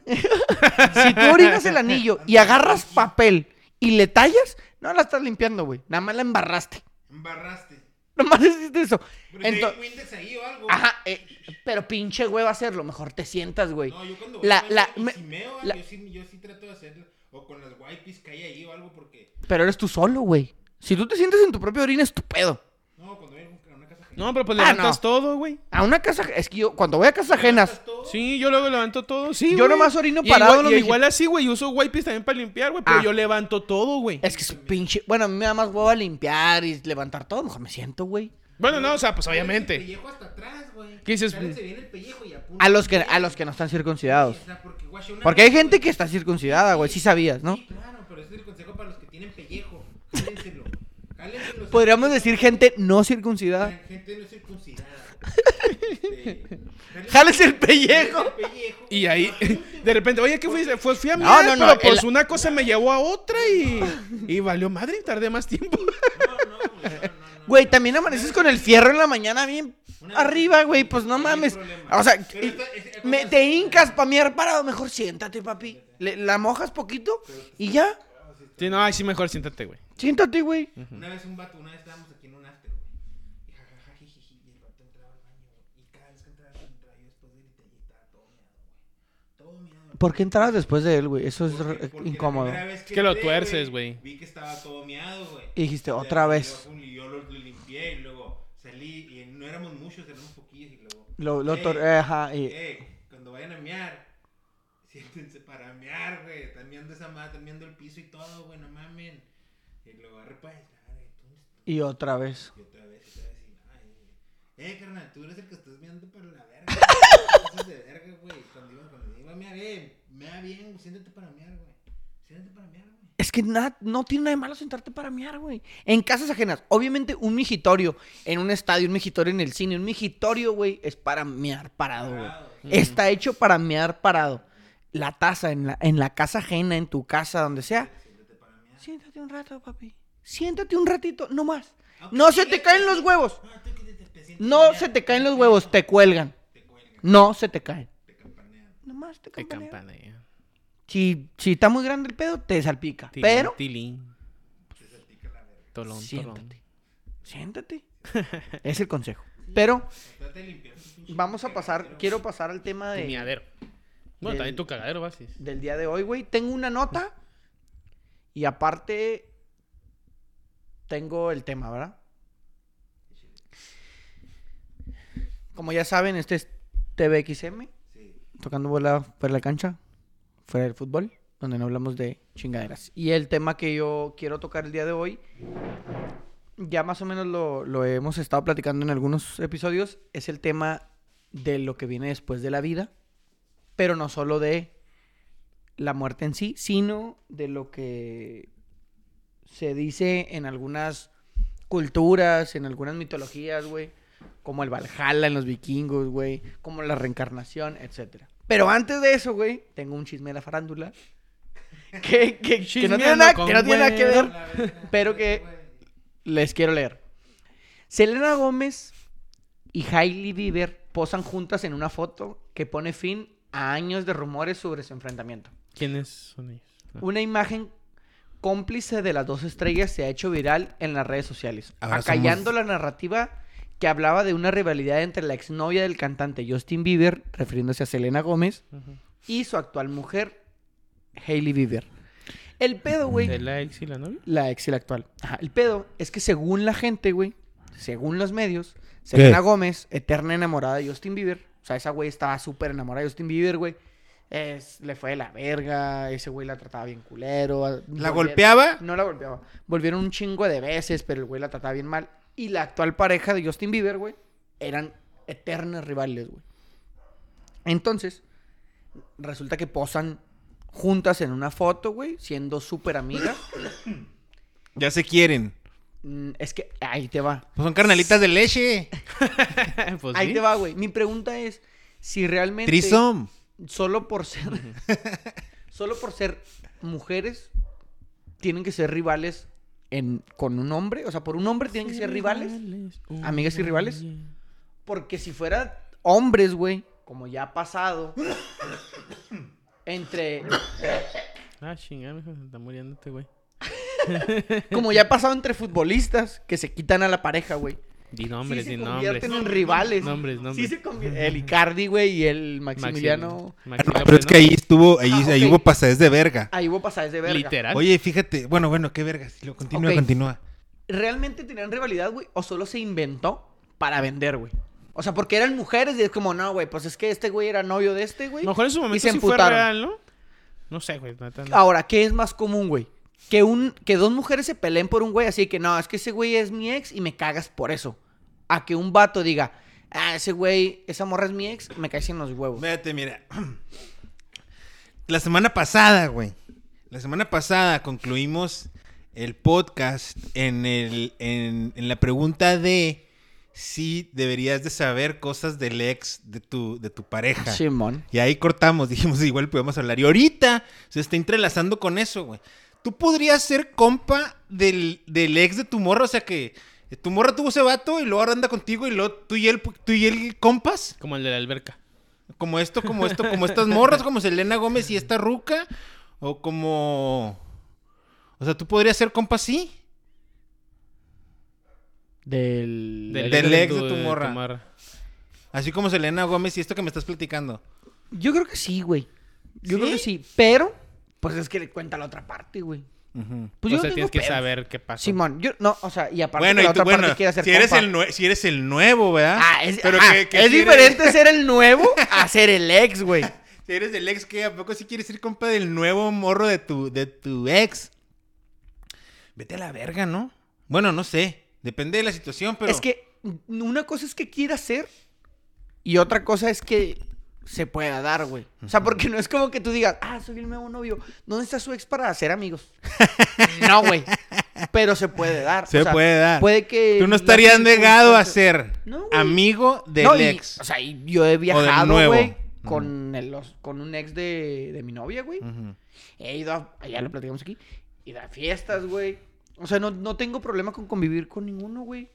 A: Ah.
C: si tú orinas el anillo y agarras papel y le tallas, no la estás limpiando, güey. Nada más la embarraste. [laughs]
D: Embarraste.
C: Nomás hiciste eso.
D: Porque
C: Ento-
D: hay Windex ahí o algo.
C: ajá, eh, pero pinche hueva hacerlo. Mejor te sientas, güey.
D: No, yo cuando voy
C: La,
D: al
C: la,
D: baño y
C: me-
D: si meo,
C: la-
D: yo, sí, yo sí trato de hacerlo. O con las wipes que hay ahí o algo porque...
C: Pero eres tú solo, güey. Si tú te sientes en tu propia orina, es tu pedo.
D: No, cuando voy a una casa... ajena,
A: No, pero pues
C: Ah,
A: levantas
C: no.
A: todo, güey.
C: A una casa, es que yo, cuando voy a casas ajenas,
D: estás todo-
A: Sí, yo luego levanto todo, sí,
C: Yo
A: güey.
C: nomás orino
A: Y
C: parado,
A: Igual,
C: los
A: y
C: meji-
A: igual así, güey, uso wipes también para limpiar, güey, pero
C: Ah.
A: yo levanto todo, güey.
C: es que es pinche. Bueno, a mí me da más hueva limpiar y levantar todo. Mejor me siento, güey.
A: Bueno, no, o sea, pues
D: El
A: obviamente.
D: pellejo hasta atrás, güey.
A: ¿Qué dices?
D: Sálense bien el pellejo y apunta
C: A los que,
D: bien.
C: a los que no están circuncidados.
D: O sea, porque, guacha, una
C: Porque hay
D: vez,
C: gente
D: güey,
C: que está circuncidada, güey. Sí sabías, ¿no?
D: Sí, claro, pero ese es el consejo para los que tienen pellejo. Jálenselo. Jálenselo.
C: Podríamos decir gente no circuncidada.
D: Gente no circuncidada. Este,
C: ¡Jales el pellejo!
D: el pellejo.
A: Y ahí, [laughs] de repente, oye, ¿qué fuiste? Pues fui a
C: No,
A: mirar,
C: no, no,
A: pero pues
C: el-
A: una cosa me llevó a otra y, y valió madre, tardé más tiempo. [laughs]
D: No, no, güey, no, no, no.
C: Güey, también amaneces con el fierro en la mañana bien
D: Una-
C: arriba, güey. Pues no
D: Hay
C: mames.
D: problema.
C: O sea,
D: Pero esta- esta-
C: me- te hincas para mirar parado. Mejor siéntate, papi. Le- la mojas poquito y ya.
A: Sí, no, ay, sí, mejor siéntate, güey.
C: Siéntate, güey.
D: Una vez un vato, una vez estábamos aquí en un after, güey. Y jajaja, jijiji, y el vato entraba al baño, güey. Y cada vez que entraba, entraba yo después de él y estaba todo meado, güey. Todo meado.
C: ¿Por qué entrabas después de él, güey? Eso es
D: Porque-
C: re-
D: porque la
C: incómodo.
D: primera vez
A: Es que lo
D: entré,
A: tuerces, güey.
D: Vi que estaba todo meado, güey.
C: Y dijiste,
D: O sea,
C: otra
D: y
C: vez.
D: luego, Y yo lo, lo limpié y luego salí. Y no éramos muchos, éramos poquillos. Y luego.
C: Lo, lo
D: "Ey,
C: tor- ajá, y-
D: Eh, cuando vayan a mear, [laughs] siéntense para mear, güey. Están meando esa madre, están meando el piso y todo, güey, no mamen. Y luego pues, arrepa,
C: Y otra vez.
D: Y otra vez, y otra vez, y ay, güey. Eh, carnal, tú eres el que estás mirando para la
C: [laughs]
D: verga. Estás de verga, güey. Cuando iba, cuando iba a mear, eh, mea bien, güey, siéntate para mear, güey. Siéntate para mear, güey.
C: Es que nada, no tiene nada de malo sentarte para mear, güey. En casas ajenas. Obviamente, un mijitorio en un estadio, un mijitorio en el cine, un mijitorio, güey, es para mear parado, güey.
D: Parado.
C: Está hecho para mear parado. La taza en la, en la casa ajena, en tu casa, donde sea.
D: Siéntate para mear.
C: Siéntate un rato, papi. Siéntate un ratito, no más.
D: Aunque
C: No
D: te
C: se te
D: llegue,
C: caen
D: te-
C: los huevos.
D: No, Ah, tú que te- te- te sientes
C: No
D: mear,
C: se te caen los huevos, te cuelgan.
D: Te cuelgan,
C: No se te caen.
D: te campanean.
C: Nomás te
A: Qué
C: campanea.
A: campana, ya.
C: Si, si está muy grande el pedo, te salpica.
A: Tilín,
C: Pero,
A: Tilín.
D: Te salpica la verga.
A: Tolón,
C: Siéntate.
A: tolón.
C: siéntate. Es el consejo. Pero
D: Trata de limpiar tu pinche
C: vamos a pasar,
D: cagadero,
C: quiero pasar al tema
A: Tu
C: de,
A: miadero. Bueno,
C: del-
A: también tu cagadero, vas. es-
C: del día de hoy, güey. Tengo una nota y aparte tengo el tema, ¿verdad? Como ya saben, este es TVXM.
D: Sí.
C: tocando bola fuera de la cancha, fuera del fútbol, donde no hablamos de chingaderas. Y el tema que yo quiero tocar el día de hoy, ya más o menos lo, lo hemos estado platicando en algunos episodios, es el tema de lo que viene después de la vida, pero no solo de la muerte en sí, sino de lo que se dice en algunas culturas, en algunas mitologías, güey. Como el Valhalla en los vikingos, güey. Como la reencarnación, etcétera. Pero antes de eso, güey, tengo un chisme de la farándula. [laughs] Que, que- que no tiene
A: Chismeando
C: nada,
A: con
C: que no tiene nada que
A: huevos.
C: ver.
D: La verga.
C: Pero que- Les quiero leer. Selena Gómez y Hailey Bieber posan juntas en una foto que pone fin a años de rumores sobre su enfrentamiento.
A: ¿Quiénes son ellos? Ah.
C: Una imagen cómplice de las dos estrellas se ha hecho viral en las redes sociales,
A: Ahora
C: acallando la narrativa que hablaba de una rivalidad entre la exnovia del cantante Justin Bieber, refiriéndose a Selena Gómez,
A: Ujú.
C: y su actual mujer, Hailey Bieber. El pedo, güey.
A: ¿De la ex y la novia? [laughs]
C: La ex y la actual. Ajá, El pedo es que según la gente, güey, según los medios, Selena Gómez, eterna enamorada de Justin Bieber. O sea, esa güey estaba súper enamorada de Justin Bieber, güey. Es- le fue de la verga, ese güey la trataba bien culero. a-
D: ¿La
C: volvieron-
D: golpeaba?
C: No la golpeaba. Volvieron un chingo de veces, pero el güey la trataba bien mal. Y la actual pareja de Justin Bieber, güey, eran eternas rivales, güey. Entonces, resulta que posan juntas en una foto, güey, siendo súper amigas.
D: Ya se quieren.
C: Mm, Es que ahí te va.
D: Pues son carnalitas de leche.
A: Pues
C: ahí
A: sí.
C: te va, güey. Mi pregunta es si realmente
D: Trisom.
C: solo por ser [laughs] solo por ser mujeres tienen que ser rivales en con un hombre, o sea, por un hombre tienen que ser rivales, amigas y rivales. porque si fueran hombres, güey, como ya ha [coughs] pasado entre
A: Ah, chingada, mijo, se está muriendo este güey.
C: como ya ha pasado entre futbolistas que se quitan a la pareja, güey.
A: Di nombres,
C: sí se
A: di nombres.
C: convierten en rivales.
A: Nombres, nombres.
C: Sí se convier- el Icardi, güey, y el Maximiliano.
A: Maximiliano. Maxi
D: Ah, Pero
A: López,
D: es que
A: ¿no?
D: ahí estuvo, ahí,
C: Ah,
D: ahí
C: ok.
D: hubo pasadez de verga.
C: Ahí hubo pasajes de verga.
A: Literal.
D: Oye, fíjate, bueno, bueno, qué verga. Lo continúa,
C: Ok.
D: continúa.
C: ¿realmente tenían rivalidad, güey? ¿O solo se inventó para vender, güey? O sea, porque eran mujeres y es como, no, güey, pues es que este güey era novio de este, güey.
A: Mejor en su
C: y
A: momento
C: se
A: sí fue
C: emputaron.
A: real, ¿no? No sé, güey. la neta, no.
C: Ahora, ¿qué es más común, güey? Que, un, que dos mujeres se peleen por un güey así que, no, es que ese güey es mi ex y me cagas por eso. A que un vato diga, ah, ese güey, esa morra es mi ex, me caes en los huevos.
D: Espérate, mira. [clears throat] La semana pasada, güey. La semana pasada concluimos el podcast en, el, en, en la pregunta de si deberías de saber cosas del ex de tu, de tu pareja.
C: Simón.
D: Y ahí cortamos, [laughs] dijimos, igual podemos hablar. Y ahorita se está entrelazando con eso, güey. Tú podrías ser compa del, del ex de tu morra, o sea que tu morra tuvo ese vato y luego ahora anda contigo y luego tú y él, tú y él compas.
A: Como el de la alberca.
D: Como esto, como esto, como estas morras, como Selena Gómez y esta ruca. O como... O sea, tú podrías ser compa sí.
C: Del...
A: Del,
D: Del ex de
A: tu,
D: tu morra. Así como Selena Gómez y esto que me estás platicando.
C: Yo creo que sí, güey. Yo creo
D: ¿Sí?
C: que sí, pero, pues es que le cuenta la otra parte, güey. Pues
A: o
C: yo
A: sea,
C: no tengo
A: tienes que
C: pedos.
A: saber qué pasó.
C: Simón, yo, no, o sea, y aparte
D: Bueno,
C: que la
D: y tú,
C: otra
D: bueno,
C: parte quiere hacer
D: si eres,
C: compa.
D: el nue- si eres el nuevo, ¿verdad?
C: Ah, es,
D: Pero
C: ajá,
D: que- que
C: es
D: si eres- [laughs]
C: diferente ser el nuevo a ser el ex, güey.
D: Si eres del ex, ¿qué? ¿A poco sí quieres ser compa del nuevo morro de tu, de tu ex? Vete a la verga, ¿no? Bueno, no sé. Depende de la situación, [laughs] pero.
C: Es que una cosa es que quiera hacer y otra cosa es que se pueda dar, güey. O sea, porque no es como que tú digas, ah, soy el nuevo novio. ¿Dónde está su ex para
D: [laughs]
C: hacer amigos? no, güey. Pero se puede dar.
D: Se
C: o sea,
D: puede dar.
C: Puede que.
D: Tú no
C: la
D: estarías
C: circunstancia-
D: negado a ser
C: No, güey.
D: amigo del
C: No, y-
D: ex.
C: o sea, y yo he viajado,
D: nuevo.
C: güey,
D: Ujú.
C: con, el- los- con un ex de, de mi novia, güey.
D: Ujú.
C: He ido a, ya lo platicamos aquí, he ido a fiestas, güey. O sea, no, no tengo problema con convivir con ninguno, güey.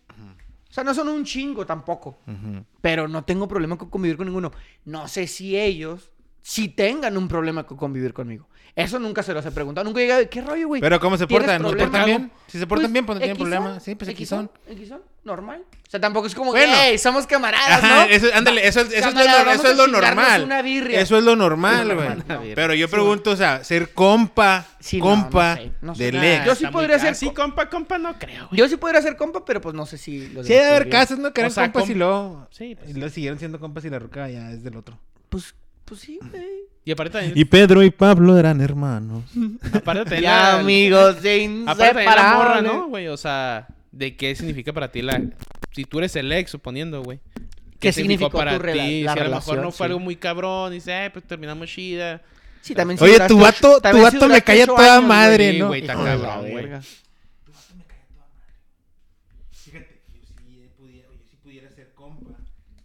C: O sea, no son un chingo tampoco,
D: Ujú.
C: pero no tengo problema con convivir con ninguno. No sé si ellos, si tengan un problema con convivigir conmigo. Eso nunca se los he preguntado, nunca he llegado, ¿qué rollo, güey?
D: Pero ¿cómo se
C: ¿Tienes
D: portan? ¿Se
C: problema?
D: portan bien? Si se portan
C: Pues,
D: bien, pues no tienen
C: X
D: problema.
C: son,
D: Sí, pues aquí
C: X
D: son.
C: X son, normal. O sea, tampoco es como,
D: Bueno.
C: hey, somos camaradas,
D: Ajá,
C: ¿no?
D: eso, ándale, eso, eso es lo,
C: Camarada,
D: nor-
C: vamos
D: eso es
C: a
D: lo
C: chingarnos
D: normal.
C: una birria.
D: Eso es lo normal,
C: Es lo
D: güey.
C: normal,
A: no.
D: Pero yo pregunto, o sea, ser compa,
C: Sí, no,
D: compa
C: no sé, no sé.
D: del
C: Nah,
D: ex.
C: Yo sí
A: Está muy
C: podría
A: caro.
C: ser
A: Sí,
C: co-
A: compa, compa, no creo, güey.
C: Yo sí podría ser compa, pero pues no sé si... los
D: Sí, debe
C: demás
D: haber
C: podrían.
D: casos, ¿no? Que eran
A: O sea,
D: compas y
A: compa.
D: luego...
A: Sí, pues.
D: y luego siguieron siendo compas y la ruca ya es del otro.
C: Pues, pues sí, güey.
A: Y aparte también,
D: Y Pedro y Pablo eran hermanos.
A: aparte también
C: [laughs] Ya,
A: la-
C: amigos, se
A: Pues Aparte también la morra, ¿no,
C: inseparables.
A: güey? O sea, ¿de qué significa para ti la... Si tú eres el ex, suponiendo, güey.
C: ¿Qué significó tu rela-
A: Si
C: la
A: a lo mejor
C: relación,
A: no fue
C: sí.
A: algo muy cabrón, dice, eh, pues terminamos chida.
C: Sí, también si
D: Oye,
C: duraste
D: tu vato-
C: ocho-
D: tu
C: también si
D: vato me
C: duraste
D: cae a
C: ocho
D: toda
C: años, güey.
D: madre,
A: Sí,
D: ¿no?
A: güey, está
C: Hijo de la
A: cabrón, güey.
C: verga.
D: Tu vato me cae a toda madre. Fíjate, que yo sí he pudiera, yo sí pudiera ser compa.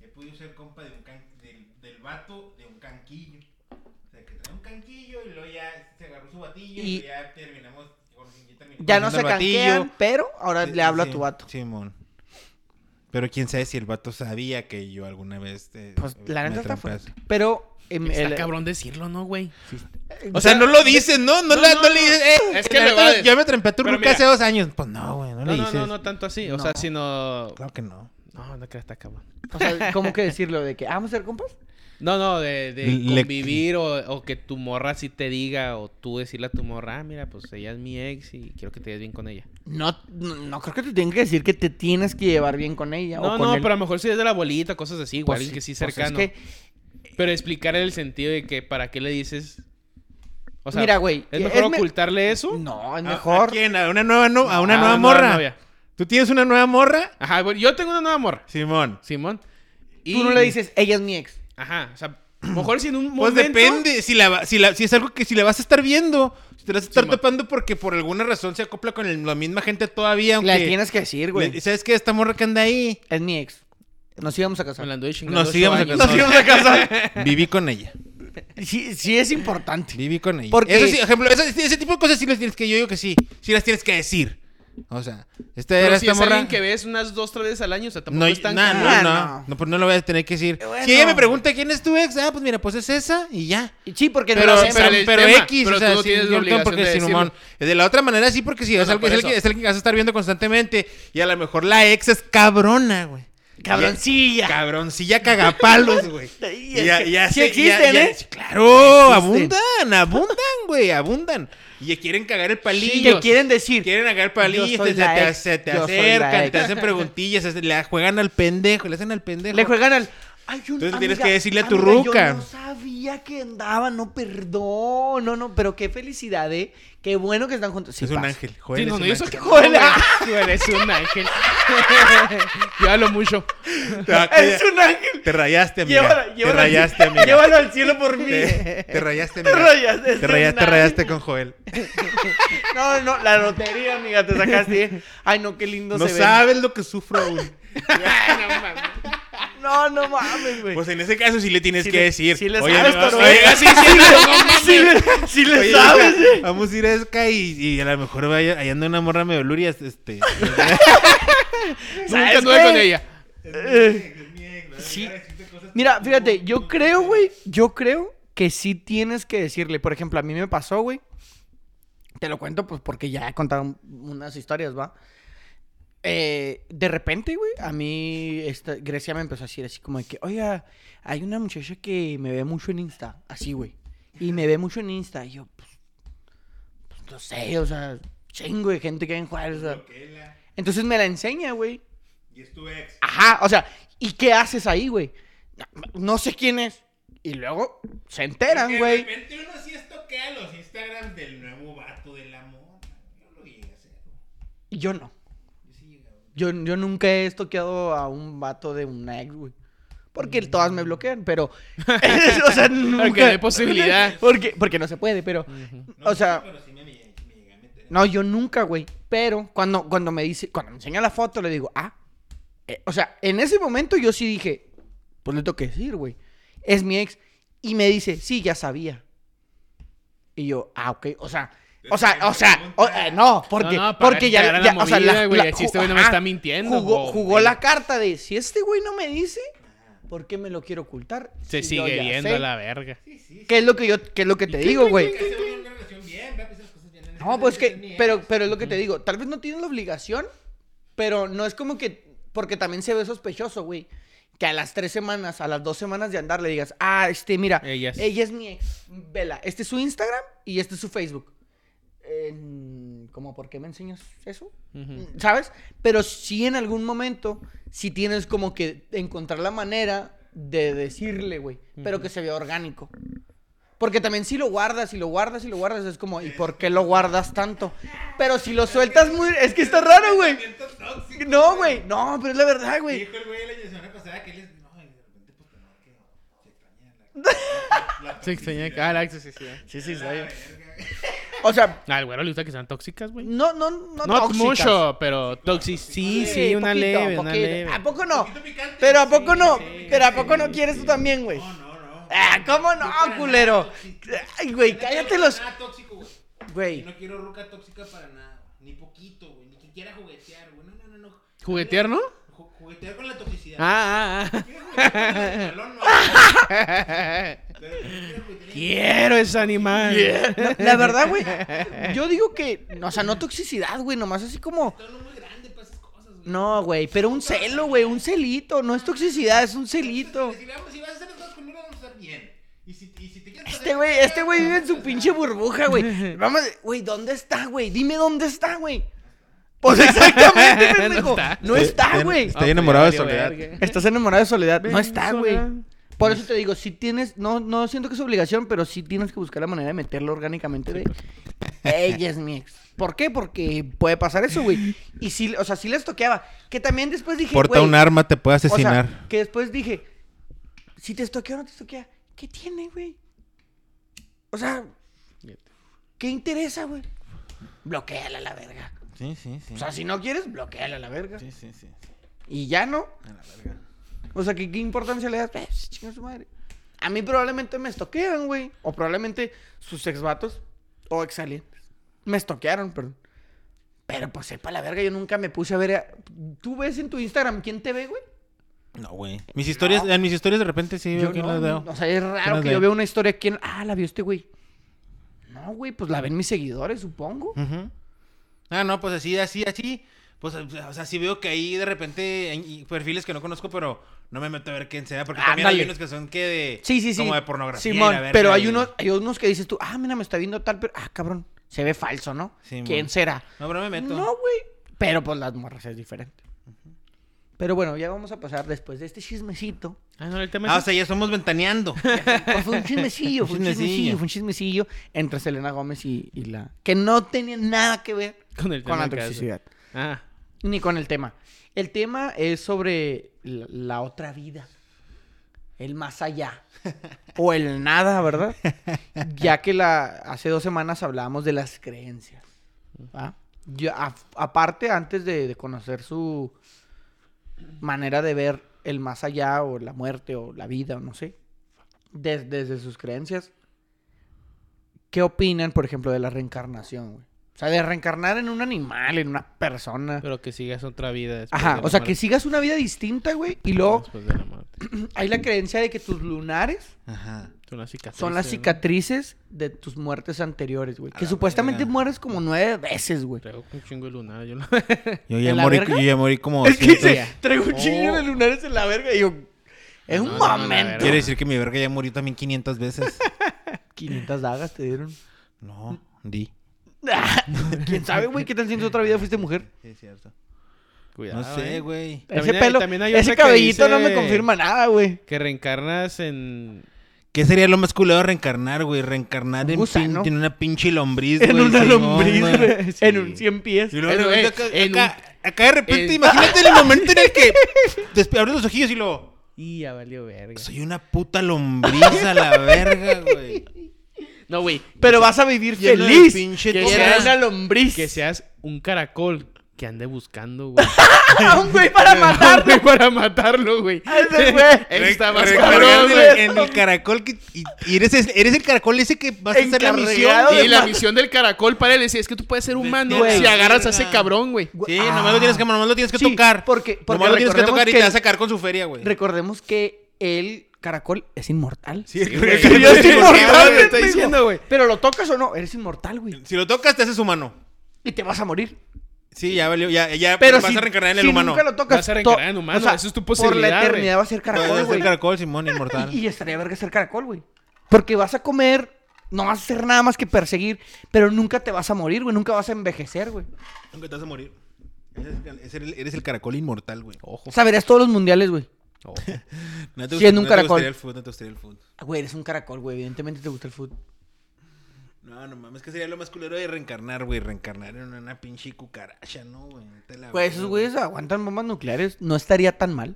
D: He podido ser compa de un can- del, del vato de un canquillo. O sea, que trae un canquillo y luego ya se agarró su batillo y,
C: Y-
D: luego ya terminamos. bueno, sí, terminamos
C: Ya no
D: conociendo
C: se
D: al
C: canquean,
D: batillo.
C: pero ahora
D: Sí,
C: le hablo
D: sí,
C: a tu vato.
D: Simón. Pero quién sabe si el vato sabía que yo alguna vez. eh,
C: Pues la
D: me
C: neta está
D: atrapas.
C: fuerte. Pero... em,
A: Está
C: el-
A: cabrón decirlo, ¿no, güey?
D: O sea, no lo dices, ¿no? No,
A: No,
D: la-
A: no,
D: no le
A: no.
D: dices. eh,
A: Es que
D: la
A: le
D: neta,
A: va a decir-
D: Yo me trempé a tu
A: Pero
D: ruca hace
A: mira.
D: dos años. Pues no, güey, no,
A: No,
D: le
A: no,
D: dices.
A: no, no tanto así. O sea, sino...
D: Claro que no.
A: No, no creo que está cabrón.
C: O sea, ¿cómo que decirlo? ¿De que ah, vamos a ser compas?
A: No, no, de, de
D: Le-
A: convivir o, o que tu morra sí te diga o tú decirle a tu morra, ah, mira, pues ella es mi ex y quiero que te lleves bien con ella.
C: No, no, no creo que te tengan que decir que te tienes que llevar bien con ella
A: No,
C: o con
A: no,
C: él.
A: pero a lo mejor si es de la abuelita, cosas así, güey,
C: Pues
A: alguien que sí
C: pues es
A: cercano.
C: que-
A: Pero explicar el sentido de que para qué le dices. O sea,
C: Mira, güey,
A: ¿Es
C: es
A: mejor
C: me-
A: ocultarle eso?
C: No, es
D: ¿A- ¿A,
C: mejor.
D: quién? ¿A una nueva, no- a una
A: Ah,
D: nueva
A: no,
D: morra?
A: novia.
D: ¿Tú tienes una nueva morra?
A: Ajá, bueno, yo tengo una nueva morra,
D: Simón.
A: Simón. Y...
C: Tú no le dices, ella es mi ex.
A: Ajá, o sea, a lo mejor si en un
D: Pues
A: momento.
D: depende, si, la, va- si, la, si es algo que si la vas a estar viendo, si te la vas a estar
A: Simón.
D: topando porque por alguna razón se acopla con el- la misma gente todavía, aunque...
C: Le tienes que decir, güey.
D: le- ¿Sabes qué? Esta morra que anda ahí,
C: Es mi ex. Nos íbamos a casar.
A: Me la anduve chingando
D: nos
A: ocho
D: íbamos a
A: años.
D: casar.
C: Nos íbamos a [laughs]
D: casar. Viví con ella.
C: Sí, sí es importante.
D: Viví con ella.
C: Porque-
D: Eso sí, ejemplo, eso- ese tipo de cosas sí las tienes que... Yo digo que sí. Sí las tienes que decir. O sea, esta
A: Pero
D: era
A: si
D: esta
A: es
D: morra...
A: alguien que ves unas dos, tres veces al año, o sea, tampoco
D: No,
A: es tan
D: nah,
A: común.
D: no,
C: Ah,
D: no,
C: no.
D: no, pues no lo voy a tener que decir.
C: Bueno.
D: Si ella me pregunta quién es tu ex, ah, pues mira, pues es esa y ya.
C: Sí, porque
D: Pero,
C: no lo
A: pero-
C: hacemos.
D: pero,
A: el
D: pero
A: tema,
D: X,
A: pero
D: o sea,
A: tú no
D: sí,
A: tienes
D: yo
A: la
D: no tengo
A: obligación
D: por qué
A: de
D: decir, mamón. De la otra manera sí, porque sí, es,
A: No, no,
D: algo, es,
A: por
D: el que,
A: eso.
D: es el que vas a estar viendo constantemente y a lo mejor la ex es cabrona, güey.
C: Cabroncilla.
D: Cabroncilla cagapalos,
C: [laughs]
D: güey.
C: Y
D: Y
C: es
D: ya,
C: que
D: ya
C: sí
D: se-
C: existen,
D: ya-
C: ¿eh?
D: ya- Claro,
C: Existen.
D: abundan, abundan, güey, abundan. Y quieren cagar el
C: Y
D: palillo.
C: te quieren decir.
D: Quieren agarrar
C: Yo
D: palillos,
C: soy
D: se te,
C: la ex,
D: se te
C: yo soy la
D: acercan,
C: ex.
D: te hacen preguntillas, se- le juegan al pendejo, le hacen al pendejo.
C: Le juegan al. Ay, un-
D: Entonces tienes
C: amiga,
D: que decirle a tu
C: amiga,
D: ruca.
C: Yo no sabía que andaba, no, perdón. No, no, pero qué felicidad, ¿eh? Qué bueno que están juntos. Sí,
D: es un
C: pasa.
D: ángel,
A: Sí,
D: Joel
A: no,
D: es
A: no,
D: un
A: yo soy
D: ángel.
A: que [laughs] joder, eres un ángel. [laughs] yo hablo mucho.
D: Te va a cuidar.
C: [laughs] [laughs] Es un ángel.
D: Ah, Te
C: [laughs]
D: rayaste, amiga. te
C: Llévalo, llévalo al- [laughs]
D: rayaste, amiga.
C: Llévalo al cielo por mí. [laughs]
D: Te, te rayaste,
C: Te
D: amiga.
C: rayaste,
D: Te rayaste, te
C: nada.
D: rayaste con Joel.
C: No, no, la lotería, amiga, te
D: [laughs]
C: sacaste. ¿eh? Ay, no, qué lindo
D: No,
C: se
D: sabes lo que sufro aún.
A: Ay, no mames.
C: ve. No, no mames, güey.
D: Pues en ese caso sí le tienes
C: Sí
D: que
C: le-
D: decir.
C: sí le
D: Oye,
C: sabes,
D: amiga,
C: pero-
D: oye, así, sí,
C: Si le, [laughs] sí le
D: oye,
C: sabes,
D: amiga,
C: eh.
D: Vamos a ir a Esca y, y a lo mejor vaya, allá anda una morra medio luria.
C: [laughs]
D: Este.
A: Nunca
C: ¿Sabes,
A: anduve con
C: güey?
A: ella.
C: Eh, Sí.
D: Sí.
C: Mira, fíjate, yo creo, güey, yo creo que sí tienes que decirle. Por ejemplo, a mí me pasó, güey. Te lo cuento, pues, porque ya he contado un- unas historias, ¿va? Eh, de repente, güey, a mí esta, Grecia me empezó a decir así como de que, oiga, hay una muchacha que me ve mucho en Insta, así, güey. Y me ve mucho en Insta. Y yo, pues, pues, no sé, o sea, chingo de gente que hay en Juárez. o sea. Entonces me la enseña, güey.
D: Y es tu ex.
C: Ajá, o sea, ¿y qué haces ahí, güey? No, no sé quién es. Y luego se enteran, güey.
D: repente uno sí estoquea los Instagram del nuevo vato del amor. Yo lo llegué a hacer.
C: Y yo no.
D: Yo sí llegaba.
C: Yo, yo nunca he estoqueado a un vato de un ex, güey. Porque todas me bloquean,
A: [laughs]
C: pero. [laughs] o sea, nunca.
A: Mm. no hay posibilidad.
C: Porque, porque no se puede, pero.
A: Ujú.
C: O sea-
E: Pero sí me, me- me llegué a meter.
C: No, yo nunca, güey. Pero cuando, cuando me dice, cuando me enseña la foto, le digo, ah. Eh, o sea, en ese momento yo sí dije, pues le tengo que decir, güey. Es mi ex. Y me dice, sí, ya sabía. Y yo, ah, ok. O sea, o sea, o sea, o- eh, no, porque,
A: No, no, para
C: porque
A: que
C: ya,
A: te haga
C: ya,
A: la
C: o sea,
A: movida, güey, así
C: ju-
A: este güey no me
C: ajá,
A: está mintiendo,
C: Jugó,
A: güey.
C: jugó la carta de, si este güey no me dice, ¿por qué me lo quiero ocultar?
A: Se
C: Si yo
A: sigue
C: ya
A: viendo
C: sé?
A: la verga.
E: Sí, sí. sí.
C: ¿Qué es lo que yo, qué es lo que te digo, güey?
E: Que se ve una relación bien, ve a pensar las cosas
D: [laughs]
E: bien.
C: No, pues
E: Ese es mi
C: que,
E: ex.
C: pero, pero es lo que te digo, tal vez no tienes la obligación, pero no es como que, porque también se ve sospechoso, güey, que a las tres semanas, a las dos semanas de andar le digas, ah, este, mira,
A: Ella es-
C: ella es mi ex, vela, este es su Instagram y este es su Facebook. Eh, ¿Cómo? ¿Por qué me enseñas eso?
A: Ujú.
C: ¿Sabes? Pero sí en algún momento, sí tienes como que encontrar la manera de decirle, güey, pero que se vea orgánico. Porque también si lo guardas, y lo guardas, y lo guardas, es como, ¿y por qué lo guardas tanto? Pero si lo sueltas muy... Es que está raro, güey.
E: Pensamiento tóxico,
C: No, güey. No, pero es la verdad, güey.
E: Dijo el güey la semana pasada que él es. No, y de repente, pues, no, que se extraña
C: [laughs]
E: la- la.
A: Se extraña que- Ah, la toxicidad.
C: Sí,
E: la verga.
C: O sea,
A: Al güero le gusta que sean tóxicas, güey.
C: no, no, no
A: No
C: tóxicas.
A: mucho, pero toxic. Sí, sí, una
C: poquito,
A: leve, una
C: poquito. Ah,
A: leve.
C: ¿A poco no?
E: Poquito picante.
C: Pero ¿a poco
E: Sí,
C: no?
E: sí,
C: Pero ¿a
E: sí,
C: poco no
E: sí,
C: quieres tú
E: sí.
C: también, güey?
E: No, no, no.
C: Ah, ¿cómo
E: Yo
C: no,
E: para nada
C: culero?
E: tóxico.
C: Ay, güey,
E: Yo no
C: cállate
E: quiero
C: los-
E: Nada tóxico, güey. Y
C: Güey.
E: no quiero ruca tóxica para nada. Ni poquito, güey. Ni que quiera juguetear, güey. No, no, no, no.
A: ¿Juguetear, no?
E: Ju- Juguetear con la toxicidad.
A: Ah, ah,
E: Quiero juguetear con el pantalón, no.
A: ah.
E: Pero yo quiero juguetear.
A: Quiero ese animal.
C: [laughs] No, la verdad,
E: [laughs]
C: güey, yo digo que, no, o sea, no toxicidad, güey, nomás así como,
E: Todo muy grande para esas cosas, güey.
C: no, güey, pero un celo, güey, un celito, no es toxicidad, es un celito.
E: Si, le vamos- si vas a hacer las cosas con uno, vamos a estar bien. Y si, y si te quieres
C: Este
E: hacer-
C: güey, este güey vive en su pinche
E: [laughs]
C: burbuja, güey. Vamos, güey, ¿dónde está, güey? Dime dónde está, güey.
E: [laughs]
C: Pues exactamente, pendejo.
A: está.
C: No está, güey.
A: Ah,
D: Estoy enamorado
A: pues,
D: de
A: ya valió
D: soledad.
A: verga.
C: Estás enamorado de Soledad. No
A: Ven,
C: está, güey.
A: Soledad.
C: Por eso te digo, si tienes, no, no siento que es obligación, pero sí tienes que buscar la manera de meterlo orgánicamente de ella es mi ex. ¿Por qué? Porque puede pasar eso, güey. Y sí, o sea, sí les toqueaba. Que también después dije,
D: Porta
C: güey,
D: un arma, te puede
C: o sea,
D: asesinar.
C: que después dije, si te estoquea o no te estoquea, ¿qué tiene, güey? O sea, ¿qué interesa, güey? Bloqueala a la verga.
D: Sí, sí, sí.
C: O sea, si no quieres, bloqueala a la verga.
D: Sí, sí, sí.
C: Y ya no.
D: A la verga.
C: O sea, ¿qué, qué importancia le das? Eh, chinga su madre. A mí probablemente me estoquean, güey. O probablemente sus exvatos o exalientes. Me estoquearon, perdón. Pero pues sepa la verga, yo nunca me puse a ver. a- ¿Tú ves en tu Instagram quién te ve, güey?
D: No, güey. Mis historias, en mis historias de repente sí veo que
C: no,
D: las veo.
C: O sea, es
D: ¿Quién
C: raro
D: las
C: que
D: ve?
C: yo vea una historia quién. Ah, la vio este güey. No, güey, pues la ven mis seguidores, supongo.
D: Ujú. Ah, no, pues así, así, así. Pues, o sea, sí veo que ahí de repente hay perfiles que no conozco, pero no me meto a ver quién sea, porque también hay
C: Ándale.
D: unos que son que de...
C: Sí, sí, sí.
D: Como de pornografía.
C: Simón,
D: y la verga,
C: pero hay
D: y-
C: unos, hay unos que dices tú, ah, mira, me está viendo tal, pero. Ah, cabrón, se ve falso, ¿no?
D: Simón.
C: ¿Quién será?
D: No, pero no me meto.
C: No, güey. Pero pues las morras es diferente. Pero bueno, ya vamos a pasar después de este [laughs] chismecito.
A: Ah, no, el tema es.
D: Ah, o sea, ya somos
C: [laughs]
D: ventaneando.
C: Pues, fue un chismecillo, fue un
D: Un chismecillo.
C: chismecillo, fue un chismecillo entre Selena Gómez y, y la... Que no tenía nada que ver
A: [laughs] Con el
C: con
A: tema
C: la
A: en casa.
C: toxicidad.
A: Ah,
C: Ni con el tema. El tema es sobre la, la otra vida. El más allá. o el nada, ¿verdad? Ya que la, hace dos semanas hablábamos de las creencias. ¿va? Yo, a- aparte, antes de, de conocer su manera de ver el más allá o la muerte o la vida o no sé, des- desde sus creencias, ¿qué opinan, por ejemplo, de la reencarnación? güey? O sea, de reencarnar en un animal, en una persona.
A: pero que sigas otra vida. después
C: Ajá,
A: de la
C: o sea, que
A: muerte.
C: sigas una vida distinta, güey. Y luego
A: Después de la muerte.
C: hay la creencia de que tus lunares
D: Ajá.
A: Son las cicatrices.
C: son las
A: ¿no? Ah,
C: cicatrices de tus muertes anteriores, güey. Que
D: la
C: supuestamente
D: verga.
C: mueres como nueve veces, güey.
A: Traigo un chingo de lunar. Yo lo... [laughs]
D: Yo
C: ¿En
D: ya,
C: la
D: morí,
C: verga?
D: yo ya morí como...
C: Es que
D: ciento-
C: dice, traigo un
A: Oh.
C: chingo de lunares en la verga. Y yo, es
A: No,
C: un
A: no, no, la
C: momento.
A: verga.
D: Quiere decir que mi verga ya murió también 500 veces.
C: 500 dagas
A: [laughs]
C: te dieron.
D: No, di.
C: ¿Quién sabe, güey? ¿Qué tal si en tu otra vida fuiste mujer?
D: Sí, es cierto.
A: Cuidado.
D: No sé,
A: eh.
D: güey.
C: Ese
A: También hay-
C: pelo,
A: también hay
C: ese
A: otra que
C: cabellito no me
A: dice-
C: confirma nada, güey.
A: Que reencarnas en.
D: ¿Qué sería lo más culero de reencarnar, güey? Reencarnar
C: Un
D: en,
C: gusano.
D: pin- en una pinche lombriz,
C: En
D: güey.
C: una
D: sí, no,
C: lombriz,
D: güey.
C: güey. En un
D: Sí.
C: 100 pies.
D: Y luego de repente
A: Eh,
D: acá-
A: en un-
D: acá- Acá de repente,
A: Eh.
D: imagínate
C: [laughs]
D: el momento en el que desp- abres los ojillos y lo.
A: Y ya valió verga.
D: Soy una puta lombriz a la verga, güey.
A: No, güey.
C: Pero vas a vivir
D: Lleno de
C: feliz.
A: [laughs]
D: pinche
A: que
C: como
A: sea-
C: una lombriz.
A: Que seas un caracol que ande buscando, güey.
C: [laughs]
A: [laughs]
C: un güey para matar.
A: Hombre, para matarlo, güey.
C: [laughs] Ese fue.
A: Eso está
D: Re-
A: más
D: recargado
A: cabrón,
D: en-
A: güey.
D: En el caracol que. Y, y eres, es- eres el caracol ese que vas a hacer la misión.
C: Encargado
A: Y la [laughs]
C: ma-
A: misión del caracol para él decía, es que tú puedes ser humano
D: Güey.
A: si agarras a ese cabrón, güey.
D: Sí,
C: Ah.
D: nomás lo tienes que, nomás lo tienes que
C: Sí,
D: tocar.
C: porque- porque
D: nomás lo tienes que
C: recordemos
D: tocar y
C: que-
D: te vas a sacar con su feria, güey.
C: Recordemos que el caracol es inmortal. [laughs]
D: Sí, el
A: güey.
D: caracol
A: Yo
D: es
A: estoy
D: inmortal,
A: mortal,
D: güey.
A: güey. está diciendo, güey.
C: Pero lo tocas o no, eres inmortal, güey.
D: Si lo tocas, te haces humano.
C: Y te vas a morir.
D: Sí, ya valió, ya, ya
C: Pero
D: vas
C: si,
D: a reencarnar en el
C: si
D: humano.
C: nunca lo tocas.
A: Vas a reencarnar
C: to-
A: en humano, eso es tu
C: Por la
A: posibilidad,
C: eternidad
A: güey.
C: va a ser
D: Vas a
C: caracol,
D: ser
C: güey.
D: caracol, Simón, inmortal.
C: Y, y estaría verga ser caracol, güey. Porque vas a comer, no vas a hacer nada más que perseguir, pero nunca te vas a morir, güey. Nunca vas a envejecer, güey.
D: Nunca te vas a morir. Eres el- Eres el, eres el caracol inmortal, güey.
A: Ojo.
C: O sea, verás todos los mundiales, güey.
D: No te
C: Siendo un
D: no te
C: caracol.
D: gustaría el fútbol, no te gustaría el fútbol.
C: Ah, Güey, eres un caracol, güey. Evidentemente te gusta el fútbol.
D: No, no mames, que sería lo más culero de reencarnar, güey. Reencarnar en una pinche cucaracha, ¿no, güey? Te
A: Ah,
D: la veo,
C: Güey, Pues, esos güeyes aguantan bombas nucleares. No estaría tan mal.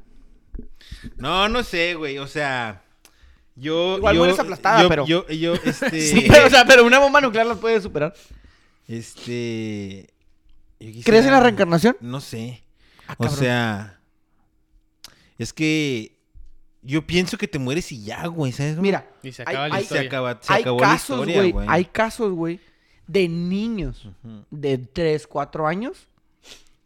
D: No, no sé, güey. O sea, yo.
C: Igual
D: yo,
C: mueres aplastada,
D: yo-
C: pero-
D: Yo,
C: [laughs]
D: yo, este.
C: Sí, pero, o sea, pero una bomba nuclear las puede superar.
D: Este. yo
C: ¿Crees en la
D: quisiera-
C: reencarnación?
D: No sé.
C: Ah,
D: o
C: cabrón.
D: sea. Es que. Yo pienso que te mueres y ya, güey. ¿Sabes? cómo?
C: Mira,
A: Y se
C: Ay,
A: acaba la
C: ay,
D: se,
A: historia.
D: acaba, se
C: hay
D: acabó
C: casos,
D: la
C: güey,
D: historia, güey.
C: Hay casos, güey, de niños
D: Ujú.
C: de 3, 4 años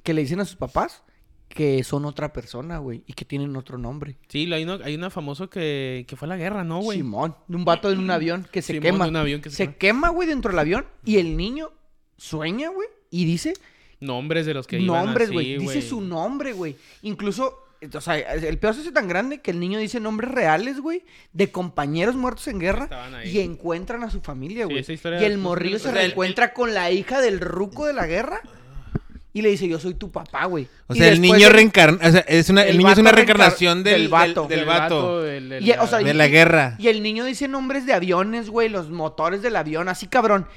C: que le dicen a sus papás que son otra persona, güey, y que tienen otro nombre.
A: Sí, lo- hay una, hay una famoso que, que fue a la guerra, ¿no, güey?
C: Simón, de un vato en un avión que se
A: Simón,
C: quema.
A: de un avión que se
C: se quema, güey, dentro del avión y el niño sueña, güey, y dice
A: Nombres de los que iban
C: nombres,
A: así,
C: güey. Dice su nombre, güey. Incluso, o sea, el peor se hace tan grande que el niño dice nombres reales, güey, de compañeros muertos en
A: Estaban
C: guerra
A: ahí.
C: y encuentran a su familia,
A: Sí,
C: güey.
A: esa historia
C: y el
A: la-
C: morrillo
A: o
C: se
A: sea, el-
C: reencuentra con la hija del ruco de la guerra y le dice, yo soy tu papá, güey.
D: O
C: Y
D: sea, el
C: después
D: niño
C: de-
D: reencarna. O sea, es una, el,
C: el
D: niño es
C: vato
D: una
C: reencar-
D: reencarnación del,
C: del
D: del
C: vato.
D: vato.
A: Del
D: Del vato.
A: del- del-
C: Y, o sea,
D: De la guerra.
C: Y el niño dice nombres de aviones, güey, los motores del avión, así cabrón.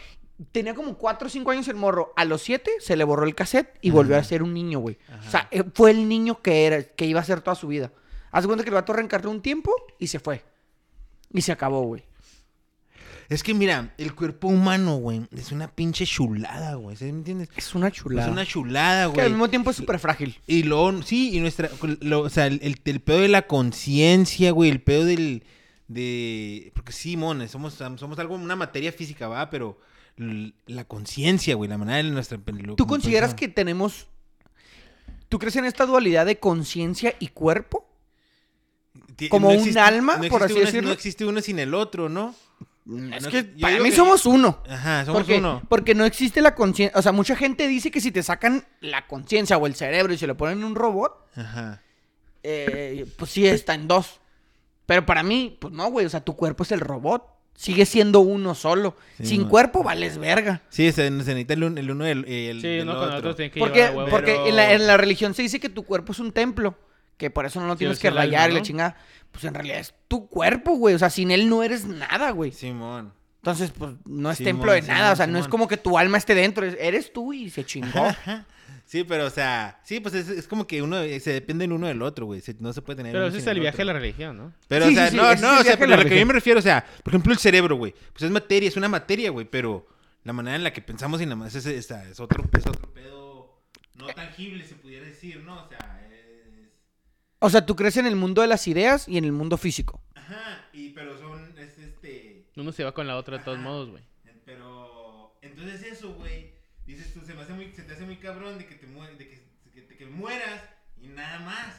C: Tenía como 4 o 5 años el morro. A los 7 se le borró el cassette y volvió a ser un niño, güey. O sea, eh, fue el niño que era, que iba a ser toda su vida. Haz de cuenta que el vato reencarnó un tiempo y se fue. Y se acabó, güey.
D: Es que mira, el cuerpo humano, güey, es una pinche chulada, güey. ¿Sí ¿Me entiendes?
C: Es una chulada.
D: Es una chulada,
C: que
D: güey.
C: al mismo tiempo es súper frágil.
D: Y luego, sí, y nuestra. lo- o sea, el, el, el pedo de la conciencia, güey. El pedo del. De. Porque sí, mon, somos, somos algo, una materia física, va, pero. l- La conciencia, güey, la manera de nuestra. lo-
C: ¿Tú consideras
D: pensar.
C: que tenemos... ¿Tú crees en esta dualidad de conciencia y cuerpo?
D: Ti-
C: como un alma,
D: no
C: por
D: existe
C: así
D: uno-
C: decirlo?
D: No existe uno sin el otro, ¿no?
C: Es
D: Mm, no,
C: que
D: yo
C: para
D: digo
C: mí
D: que-
C: somos uno.
D: Ajá, somos
C: Porque,
D: uno.
C: porque no existe la conciencia. O sea, mucha gente dice que si te sacan la conciencia o el cerebro y se lo ponen en un robot,
D: Ajá.
C: eh, pues sí está en dos. Pero para mí, pues no, güey. O sea, tu cuerpo es el robot. Sigue siendo uno solo.
D: Sí,
C: Sin
D: ma.
C: cuerpo vales verga.
D: Sí, se, se necesita el, un- el uno del, el,
A: Sí,
D: del
A: uno con otro tiene que
C: Porque,
A: llevar a huevo.
C: porque
D: Pero-
C: en, la, en la religión se dice que tu cuerpo es un templo. Que por eso no lo
A: Sí,
C: tienes
A: es
C: que
A: el alma,
C: rayar y la
A: ¿no?
C: chingada. Pues en realidad es tu cuerpo, güey. O sea, sin él no eres nada, güey.
D: Simón.
C: Entonces, pues no es
D: Simón,
C: templo de nada.
D: Simón,
C: o sea, no es
D: Simón.
C: como que tu alma esté dentro. es- Eres tú y se chingó.
A: [laughs]
D: Sí, pero o sea, sí, pues es, es como que uno eh, se depende el uno del otro, güey. Se- No se puede tener.
A: Pero
D: uno
A: ese
D: sin
A: es el viaje
D: otro.
A: de la religión, ¿no?
D: Pero,
C: Sí,
D: o sea,
C: sí, sí,
D: no,
C: ese es el
D: no, o sea,
C: viaje de
D: pero
C: la
D: lo que yo
C: religión.
D: me refiero, o sea, por ejemplo, el cerebro, güey, pues es materia, es una materia, güey, pero la manera en la que pensamos y nada más es, es, es otro, es otro pedo no tangible, se pudiera decir, ¿no? O sea, es...
C: O sea, tú crees en el mundo de las ideas y en el mundo físico.
D: Ajá, y, pero son, es este...
A: Uno se va con la otra de todos modos, güey.
D: Pero, entonces eso, güey, dices tú, se, me hace muy, se te hace muy cabrón de que te muer- de que, que- de que mueras y nada más.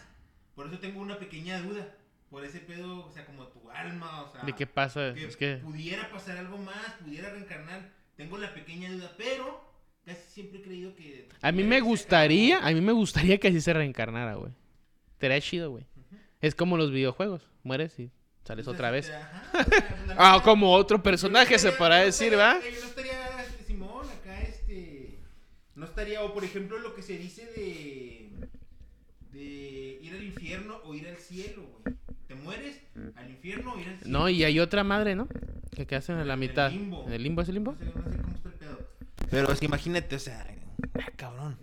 D: Por eso tengo una pequeña duda, por ese pedo, o sea, como tu alma, o sea...
A: ¿De qué pasa?
D: que
A: Es que...
D: pudiera pasar algo más, pudiera reencarnar. Tengo la pequeña duda, pero casi siempre he creído que...
A: A mí me gustaría, a mí me gustaría que así se reencarnara, güey. Estaría chido, güey. Es como los videojuegos. Mueres y sales otra vez.
D: este,
A: [laughs] Ah, como otro personaje se podrá decir, ¿va?
D: Yo no estaría este, Simón acá, este... No estaría, o por ejemplo, lo que se dice de... De ir al infierno o ir al cielo, güey. Te mueres al infierno o ir al cielo.
A: No, y hay otra madre, ¿no? Que quedas en la
D: el
A: mitad.
D: limbo.
A: ¿En el limbo es el
D: No
A: limbo?
D: sé, no sé cómo está el pedo. Pero es que imagínate, o sea... ah, eh, cabrón.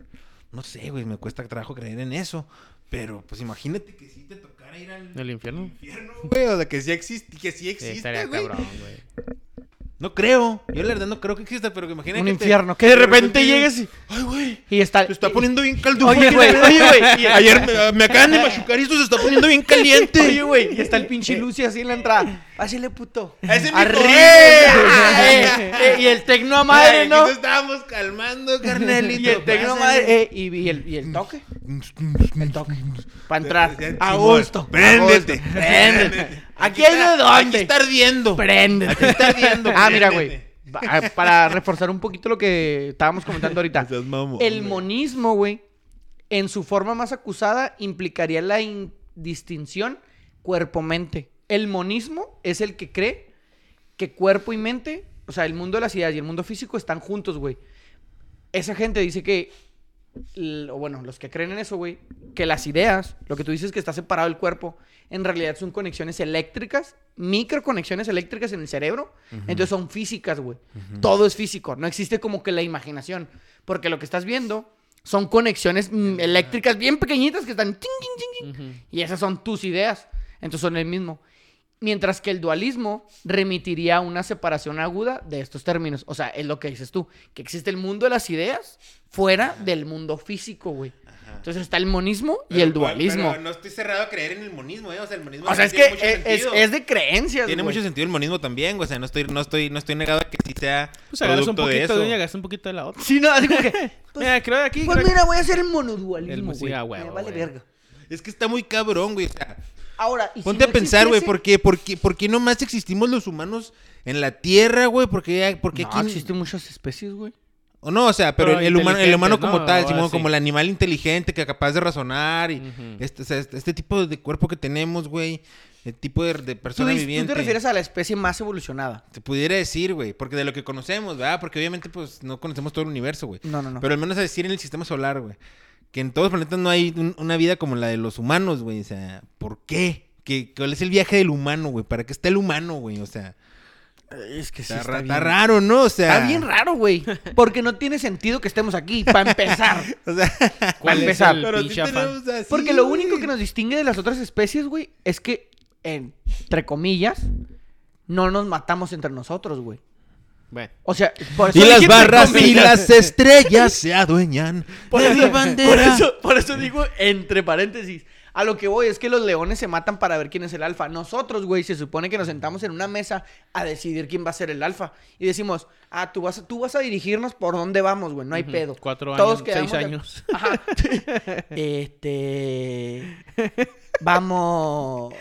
D: No sé, güey, me cuesta trabajo creer en eso. Pero, pues imagínate que si te tocara ir al
A: ¿El infierno?
D: infierno, güey. O sea, que sí existe, que sí
A: Sí,
D: existe,
A: Eh, estaría
D: güey.
A: cabrón, güey.
D: No creo. Yo la verdad no creo que exista, pero que imagínate
C: Un
D: que te-
C: infierno. Que de repente llegues
D: y... Ay, güey.
C: y está.
D: Se
C: [laughs]
D: está poniendo bien caldo.
C: Oye, güey, oye, güey. y-
D: Ayer me, me acaban de machucar y esto se está poniendo bien caliente.
C: Oye, güey, y está el pinche Lucy así en la entrada. Pásale, puto.
D: Ese es mi
C: Arre- [laughs]
D: correo.
C: Eh, eh, Y el tecno a madre,
D: Ay,
C: ¿no?
D: aquí te eh, estábamos calmando, carnalito.
C: Y el tecno a madre. eh, Y y el y el toque. El toque. Para entrar. A gusto.
D: Préndete.
C: Préndete. Aquí hay de
D: está- Aquí
C: dónde.
D: está ardiendo. Aquí
C: Préndete.
D: está ardiendo.
C: Ah, mira, güey.
D: préndete.
C: Va- ah, Para reforzar un poquito lo que estábamos
D: [laughs]
C: comentando ahorita.
D: Seas mamón,
C: El
D: güey.
C: monismo, güey, en su forma más acusada, implicaría la indistinción cuerpo-mente. El monismo es el que cree que cuerpo y mente, o sea, el mundo de las ideas y el mundo físico están juntos, güey. Esa gente dice que, l- o bueno, los que creen en eso, güey, que las ideas, lo que tú dices que está separado el cuerpo, en realidad son conexiones eléctricas, microconexiones eléctricas en el cerebro, entonces son físicas, güey. Todo es físico, no existe como que la imaginación, porque lo que estás viendo son conexiones mm, eléctricas bien pequeñitas que están... ting, ting, ting, ting,
A: Ujú.
C: y esas son tus ideas. Entonces son el mismo. Mientras que el dualismo remitiría a una separación aguda de estos términos. O sea, es lo que dices tú, que existe el mundo de las ideas fuera del mundo físico, güey. Entonces está el monismo y el
D: Pero, güey,
C: dualismo.
D: pero no estoy cerrado a creer en el monismo, ¿eh? O sea, el monismo
C: o sea, es que
D: tiene mucho
C: es, es-
D: sentido.
C: es de creencias,
D: Tiene
C: güey.
D: mucho sentido el monismo también, güey. O sea, no estoy, no estoy, no estoy negado a que sí sea
A: Pues agarras un
D: producto de
A: poquito
D: eso.
A: de, una y agarras un poquito de la otra.
C: Sí, no, así
D: [laughs]
C: como que... Pues,
A: mira, creo de aquí.
C: pues
A: creo-
C: mira, voy a hacer el
A: El
C: monodualismo,
A: mu- sí,
C: güey.
A: a huevo,
C: Me vale
A: güey.
C: verga.
D: Es que está muy cabrón, güey. O sea,
C: Ahora, ¿y Pues si
D: Ponte
C: no
D: a pensar, güey,
C: existiese?
D: ¿por qué, por, qué, ¿por qué nomás existimos los humanos en la Tierra, güey? ¿Por qué, por qué
C: No,
D: aquí-
C: existen muchas especies, güey.
D: O no, o sea, pero,
A: Pero
D: el, humano, el humano
A: inteligentes,
D: como
A: ¿no?
D: tal,
A: Ahora
D: Simón,
A: sí.
D: como el animal inteligente que capaz de razonar y
A: Ujú.
D: este, o sea, este- este tipo de cuerpo que tenemos, güey, el tipo de, de
C: Tú,
D: persona
C: dices- tú
D: viviente.
C: te refieres a la especie más evolucionada.
D: Te pudiera decir, güey, porque de lo que conocemos, ¿verdad? Porque obviamente, pues, no conocemos todo el universo, güey.
C: No, no, no.
D: Pero al menos a decir en el sistema solar, güey, que en todos los planetas no hay un- una vida como la de los humanos, güey. O sea, ¿por qué? ¿Qué- ¿Cuál es el viaje del humano, güey? ¿Para qué está el humano, güey? O sea...
C: es que sí
D: Está, ra- está
C: bien
D: raro, ¿no? O sea.
C: Está bien raro, güey. Porque no tiene sentido que estemos
D: [laughs]
C: aquí, para empezar.
D: O sea,
A: ¿Cuál es
C: empezar.
A: el
D: pero sí
A: pinche afán?
D: tenemos así,
C: Porque lo
D: güey.
C: único que nos distingue de las otras especies, güey, es que, entre comillas, no nos matamos entre nosotros, güey.
A: Bueno.
C: O sea, por
D: Y
C: dije
D: las
C: entre
D: barras y
C: comillas.
D: las estrellas se adueñan
C: [laughs] Por
D: de
C: eso,
D: mi bandera.
C: Por eso, por eso digo entre paréntesis. A lo que voy es que los leones se matan para ver quién es el alfa. Nosotros, güey, se supone que nos sentamos en una mesa a decidir quién va a ser el alfa. Y decimos, ah, tú vas a, tú vas a dirigirnos por dónde vamos, güey, no hay
A: Ujú.
C: pedo.
A: Cuatro años,
C: quedamos
A: seis
C: de-
A: años. [laughs]
C: Ajá. [laughs] este... Vamos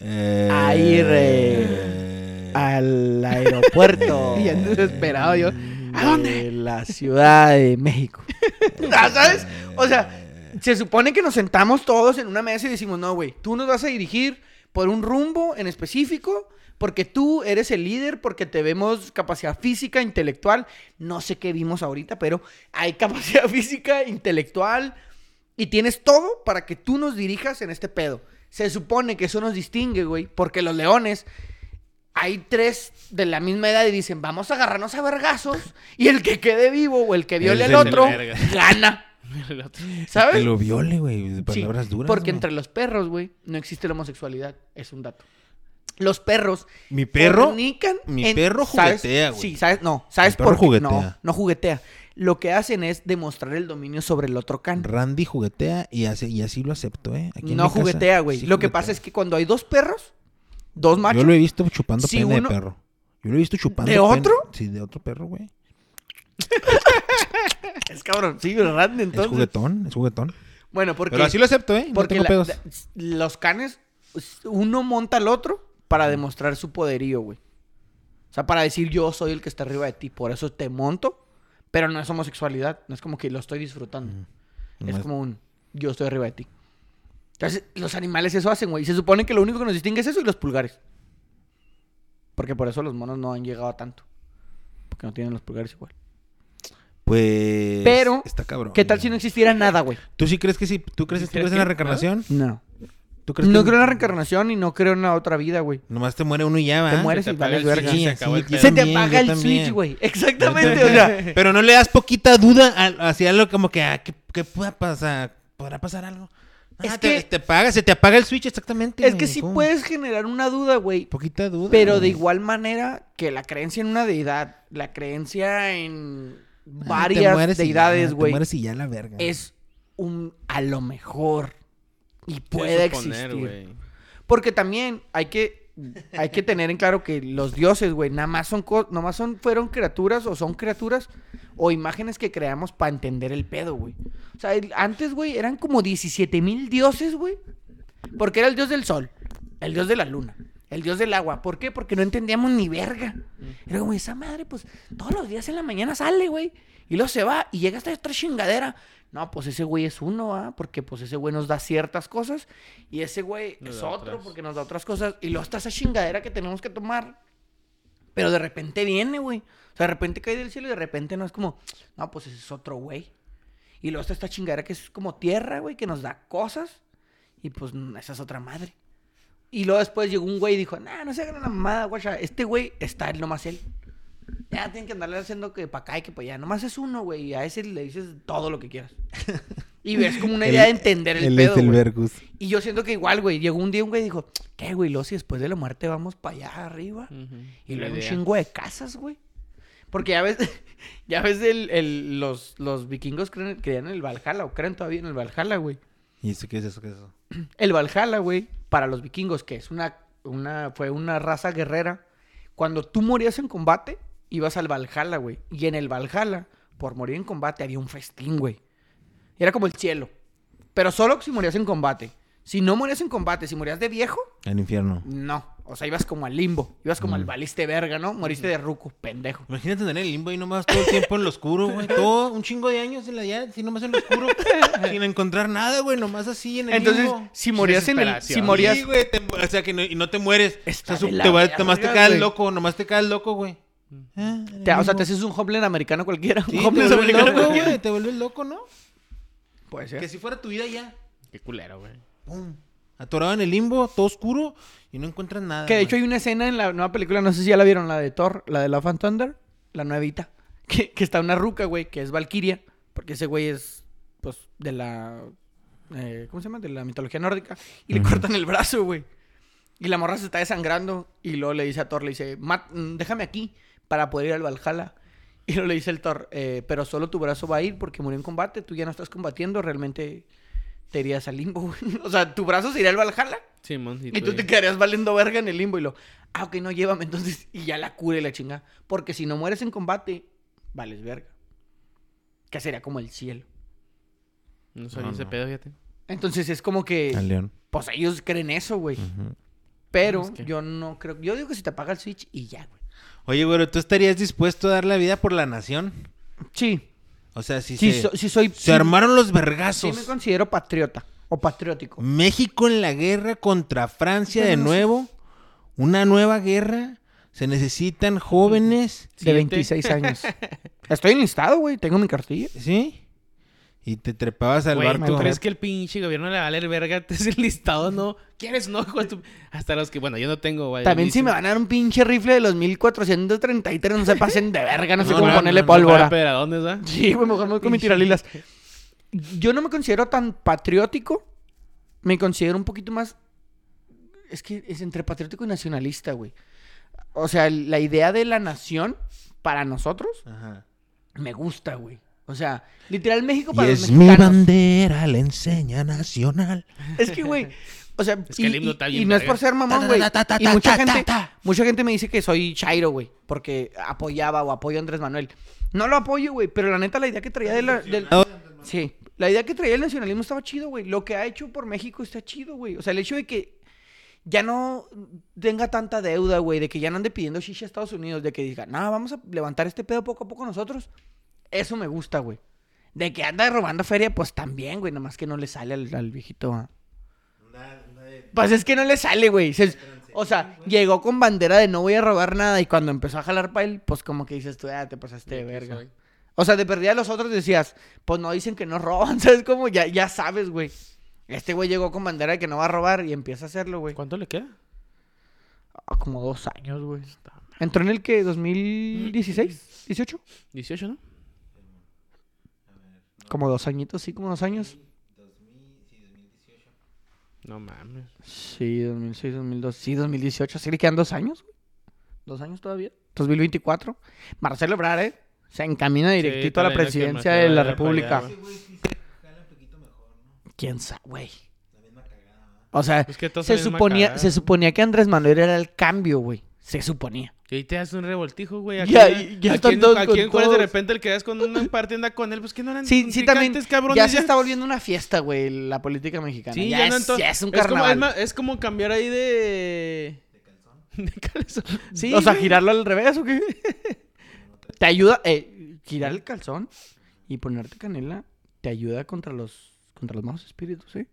D: Eh,
C: Ahí, re- al aeropuerto.
A: Y ando desesperado yo.
C: ¿A dónde? la Ciudad de México. Ah, ¿Sabes? O sea, [laughs] se supone que nos sentamos todos en una mesa y decimos, no, güey, tú nos vas a dirigir por un rumbo en específico, porque tú eres el líder, porque te vemos capacidad física, intelectual, no sé qué vimos ahorita, pero hay [laughs] capacidad física, intelectual, y tienes todo para que tú nos dirijas en este pedo. Se supone que eso nos distingue, güey, porque los leones hay tres de la misma edad y dicen, vamos a agarrarnos a vergazos y el que quede vivo o el que viole
D: Es
C: al
D: el
C: otro
A: verga.
C: gana,
A: El otro.
D: Que
C: ¿sabes?
D: lo viole, güey.
C: Sí,
D: Palabras duras.
C: porque
D: güey.
C: entre los perros, güey, no existe la homosexualidad, es un dato. Los perros
D: Mi perro.
C: fornican
D: mi perro
C: ¿sabes?
D: juguetea, güey.
C: Sí, ¿sabes? No, ¿sabes
D: Mi perro
C: por qué? No,
D: juguetea.
C: no juguetea. Lo que hacen es demostrar el dominio sobre el otro can.
D: Randy juguetea y, hace, y así lo acepto, ¿eh? Aquí en mi
C: No
D: casa.
C: juguetea, güey.
D: Sí
C: lo que
D: juguetea.
C: pasa es que cuando hay dos perros, dos machos,
D: Yo lo he visto chupando
C: Si
D: pene
C: uno-
D: de perro. Yo lo he visto chupando.
C: ¿De
D: pene-
C: otro?
D: Sí, de otro perro, güey.
C: [laughs] es cabrón, sí, ¿verdad?
D: Es
C: Entonces,
D: juguetón, es juguetón.
C: bueno, porque
D: Pero así lo acepto, ¿eh? No
C: porque
D: tengo
C: la-
D: pedos.
C: la- los canes uno monta al otro para demostrar su poderío, güey. O sea, para decir yo soy el que está arriba de ti, por eso te monto, pero no es homosexualidad, no es como que lo estoy disfrutando. Es
D: Nomás-
C: como un yo estoy arriba de ti. Entonces, los animales eso hacen, güey. Y Se supone que lo único que nos distingue es eso y los pulgares. Porque por eso los monos no han llegado a tanto. Porque no tienen los pulgares igual.
D: Pues.
C: Pero,
D: Está cabrón.
C: ¿Qué tal si no existiera nada, güey?
D: ¿Tú sí crees que sí? ¿Tú crees que
A: ¿Sí crees
D: estuvieras en la
A: que-
D: reencarnación?
C: No.
D: ¿Tú crees
C: No
D: que
C: creo en la reencarnación y no creo en la otra vida, güey.
D: Nomás te muere uno y ya, va.
C: Te mueres
A: Se te
C: y
A: apaga
C: vales
A: el
C: verga.
A: switch.
D: Sí,
A: se acabó
D: sí,
A: el
D: yo
A: pedo.
C: Se te
D: también,
C: apaga
D: yo
C: el
D: también.
C: switch, güey.
D: Yo
C: Exactamente, o
D: también.
C: sea.
D: [laughs] Pero no le das poquita duda al- hacia algo como que, ah, ¿qué, qué pueda pasar? ¿Podrá pasar algo? Ah,
C: Es
D: te,
C: que-
D: te apaga, se te apaga el switch exactamente.
C: Es que
D: güey,
C: sí
D: ¿cómo?
C: puedes generar una duda, güey.
D: Poquita duda.
C: Pero de
D: güey.
C: igual manera que la creencia en una deidad, la creencia en
D: Ah, te
C: varias
D: mueres y ya,
C: deidades,
D: Te
C: güey,
D: mueres y ya la verga.
C: es un a lo mejor y
A: Se
C: puede
A: suponer,
C: existir.
A: güey.
C: Porque también hay que hay que tener en claro que los dioses, güey, nada más son co- nada más son fueron criaturas o son criaturas o imágenes que creamos para entender el pedo, güey. O sea, el- antes, güey, eran como 17 mil dioses, güey. Porque era el dios del sol, el dios de la luna, el dios del agua. ¿Por qué? Porque no entendíamos ni verga.
A: Mm.
C: Era como esa madre, pues todos los días en la mañana sale, güey. Y luego se va y llega hasta otra chingadera. No, pues ese güey es uno, ¿ah? Porque pues ese güey nos da ciertas cosas y ese güey
A: Nos
C: es
A: da
C: otro
A: otras.
C: porque nos da otras cosas. Y luego está esa chingadera que tenemos que tomar. Pero de repente viene, güey. O sea, de repente cae del cielo y de repente no es como, no, pues ese es otro güey. Y luego está esta chingadera que es como tierra, güey, que nos da cosas. Y pues mm, esa es otra madre. Y luego después llegó un güey y dijo, nah, no se hagan una mamada, guacha. Este güey está él, nomás él. Ya tienen que andarle haciendo que para acá y que para allá. Nomás es uno, güey. Y a ese le dices todo lo que [laughs] quieras. Y ves como una idea de entender el
D: Él
C: pedo,
D: es el
C: güey.
D: Vergus.
C: Y yo siento que igual, güey. Llegó un día un güey y dijo, ¿qué, güey? Luego si después de la muerte vamos para allá arriba.
A: Ujú.
C: Y luego un
A: Idea.
C: chingo de casas, güey. Porque ya ves, [laughs] ya ves, el, el- los, los vikingos creen- creían en el Valhalla o creen todavía en el Valhalla, güey.
D: ¿Y eso qué es eso? ¿Qué es eso?
C: El Valhalla, güey, para los vikingos, que es una, una, fue una raza guerrera. Cuando tú morías en combate, ibas al Valhalla, güey. Y en el Valhalla, por morir en combate, había un festín, güey. Era como el cielo. Pero solo si morías en combate. Si no morías en combate, si morías de viejo,
D: Al infierno.
C: no. O sea, ibas como al limbo. Ibas como al valiste verga, ¿no? Moriste de ruco, pendejo.
D: Imagínate andar en el limbo ahí nomás todo el tiempo en lo oscuro, güey. Todo, un chingo de años en la ya, así nomás en lo
C: [laughs]
D: oscuro. sin encontrar nada, güey. Nomás así en el
C: Entonces,
D: limbo.
C: si morías en el... Si
A: desesperación.
C: morías...
D: Sí, güey, te mu- o sea, que no, y no te mueres.
C: Está
D: o sea, su-
C: de la
D: te vas, nomás te
C: verga,
D: quedas
C: güey. Mm.
D: loco, nomás te quedas loco, güey. Ah, en el
C: te- o sea,
D: limbo.
C: te haces un homeless americano cualquiera.
D: Sí,
C: un
D: te
C: homeless
D: vuelves
C: americano
D: loco,
C: cualquiera.
D: güey. Te vuelves loco, ¿no?
C: Puede
D: Que
C: ser.
D: si fuera tu vida ya.
A: Qué culero, güey.
D: Pum. Atorado en el limbo, todo oscuro y no encuentras nada.
C: Que de
D: güey.
C: hecho hay una escena en la nueva película, no sé si ya la vieron, la de Thor, la de Love and Thunder, la nuevita, [laughs] que, que está una ruca, güey, que es Valkyria, porque ese güey es, pues, de la, eh, ¿cómo se llama? De la mitología nórdica, y le
D: Ujú.
C: cortan el brazo, güey. Y la morra se está desangrando, y luego le dice a Thor, le dice, "Mat- mm, déjame aquí para poder ir al Valhalla. Y luego le dice el Thor, "Eh, pero solo tu brazo va a ir porque murió en combate, tú ya no estás combatiendo, realmente te irías al limbo, [laughs] güey. O sea, tu brazo se iría al Valhalla.
A: Simón, sí,
C: Y tú
A: güey.
C: te quedarías valiendo verga en el limbo y lo, ah, ok, no, llévame entonces. Y ya la cure la chinga. Porque si no mueres en combate, vales verga. Que sería como el cielo.
A: No sabía
D: No,
A: ese
D: no.
A: pedo, fíjate.
C: Entonces es como que,
D: Al león.
C: pues ellos creen eso, güey.
D: Ujú.
C: Pero
A: Es que-
C: yo no creo, yo digo que se te apaga el switch y ya, güey.
D: Oye, güey, ¿tú estarías dispuesto a dar la vida por la nación?
C: Sí,
D: O sea, si
C: sí,
D: se,
C: so- sí soy...
D: se
C: sí-
D: armaron los
C: Sí
D: vergazos.
C: me considero patriota o patriótico.
D: México en la guerra contra Francia de
C: Pero no sé.
D: nuevo. Una nueva guerra. Se necesitan jóvenes.
C: De 26 [laughs] años. Estoy enlistado, güey, tengo mi cartilla.
D: ¿Sí? Y te trepabas al
A: Güey,
D: barco.
A: ¿tú crees que el pinche gobierno le vale el verga? [laughs] Te es el listado, ¿no? ¿Quieres no? hijo de tu- Hasta los que, bueno, yo no tengo, güey.
C: También si me
A: a
C: van a dar un pinche rifle de los 1433, no se pasen de verga, no sé
D: No,
C: cómo
D: no,
C: ponerle
D: no, no,
C: pólvora.
A: ¿Dónde va?
C: Sí, güey, mejor me voy con mi tiralilas. Yo no me considero tan patriótico. Me considero un poquito más. Es que es entre patriótico y nacionalista, güey. O sea, la idea de la nación para nosotros
D: Ajá.
C: me gusta, güey. O sea, literal México
D: Y
C: para
D: es
C: los
D: mi
C: mexicanos.
D: bandera, la enseña nacional.
C: Es que, güey. O sea,
A: Es que el
C: y-
A: himno
C: y-
A: está
C: y,
A: bien
C: no es
A: verga.
C: por ser mamón,
D: Ta,
C: güey.
D: ta, ta, ta,
C: Y
D: ta,
C: mucha
D: ta, ta,
C: gente,
D: ta.
C: mucha gente me dice que soy chairo, güey, porque apoyaba o apoyo a Andrés Manuel. No lo apoyo, güey, pero la neta la idea que traía de la, del- sí, la idea que traía el nacionalismo estaba chido, güey. Lo que ha hecho por México está chido, güey. O sea, el hecho de que ya no tenga tanta deuda, güey, de que ya no ande pidiendo shisha a Estados Unidos, de que diga, "No, vamos a levantar este pedo poco a poco nosotros." Eso me gusta, güey. De que anda robando feria, pues también, güey, nomás que no le sale al, al viejito. ah. Pues es que no le sale, güey. Se- O sea, llegó con bandera de no voy a robar nada y cuando empezó a jalar para él, pues como que dices tú, ah, te pasaste de verga.
A: soy.
C: [laughs] O sea, de perdida los otros decías, pues no dicen que no roban, ¿sabes cómo? Ya, ya sabes, güey. Este güey llegó con bandera de que no va a robar y empieza a hacerlo, güey.
A: ¿Cuánto le queda?
C: Ah, como dos años, güey. ¿Entró en el que? ¿2016? ¿18?
A: 18, ¿no?
C: Como dos añitos, sí, como dos años.
A: No mames.
C: Sí, 2006, 2002. Sí, 2018. Sí, le quedan dos años. güey. Dos años todavía. 2024. Marcelo Ebrard, ¿eh? Se encamina directito a la
A: también, ¿no? Que
C: presidencia
A: Marcelo
C: de la
A: Ebrard para allá,
C: República.
A: güey.
E: Ese güey sí se jala un poquito mejor, ¿no?
C: ¿Quién sabe, güey?
E: La misma cagada, ¿eh? ¿no?
C: O sea,
A: Es que todos
C: se,
A: son la misma
C: suponía,
A: cagada,
C: se
A: güey.
C: suponía que Andrés Manuel era el cambio, güey. Se suponía.
A: Y ahí te das un revoltijo, güey.
C: Ya,
A: Aquí, en-
C: ya
A: aquí
C: están
A: en-
C: todos
A: aquí
C: con
A: en Juárez de
C: todos.
A: repente el que das con una parte anda con él, pues que no eran
C: Sí, sí, también.
A: contrincantes, cabrones,
C: Ya se está volviendo una fiesta, güey, la política mexicana.
A: Sí,
C: ya,
A: ya andan
C: es,
A: todos-
C: ya es un
A: como-
C: carnaval.
A: Es, ma- es como cambiar ahí de... [laughs] De calzón. Sí,
C: o sea,
A: güey.
C: girarlo al revés o qué. te ayuda eh, girar el calzón y ponerte canela te ayuda contra los contra los malos espíritus, ¿eh?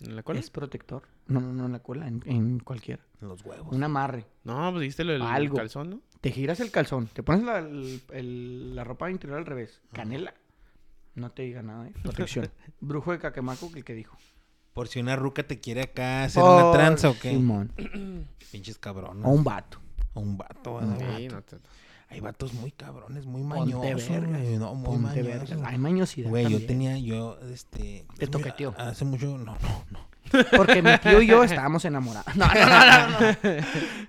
A: ¿En la cola?
C: Es protector. No, no, no en la cola, en, en cualquiera.
D: Los huevos.
C: Un amarre.
A: No, pues dijiste lo del
C: Algo.
A: calzón, ¿no?
C: Te giras el calzón, te pones la, el- el- la ropa interior al revés, canela. No te diga nada, ¿eh? [laughs] Protección. Brujo de Caquemaco, que el que dijo.
D: Por si una ruca te quiere acá hacer
C: Por
D: una tranza o qué.
C: Simón.
D: Pinches cabrones.
C: O un vato.
D: O un vato. ¿verdad?
A: Sí, no te-
D: Hay vatos muy cabrones, muy
C: Ponte
D: mañosos.
C: vergas,
D: güey, No, muy
C: Ponte
D: mañosos.
C: vergas. Hay mañosidad
D: Güey, yo
C: también.
D: tenía, yo, este...
C: Te toqueteó.
D: Hace mucho, no, no, no.
C: Porque mi tío y yo estábamos enamorados. [laughs] No, no, no, no,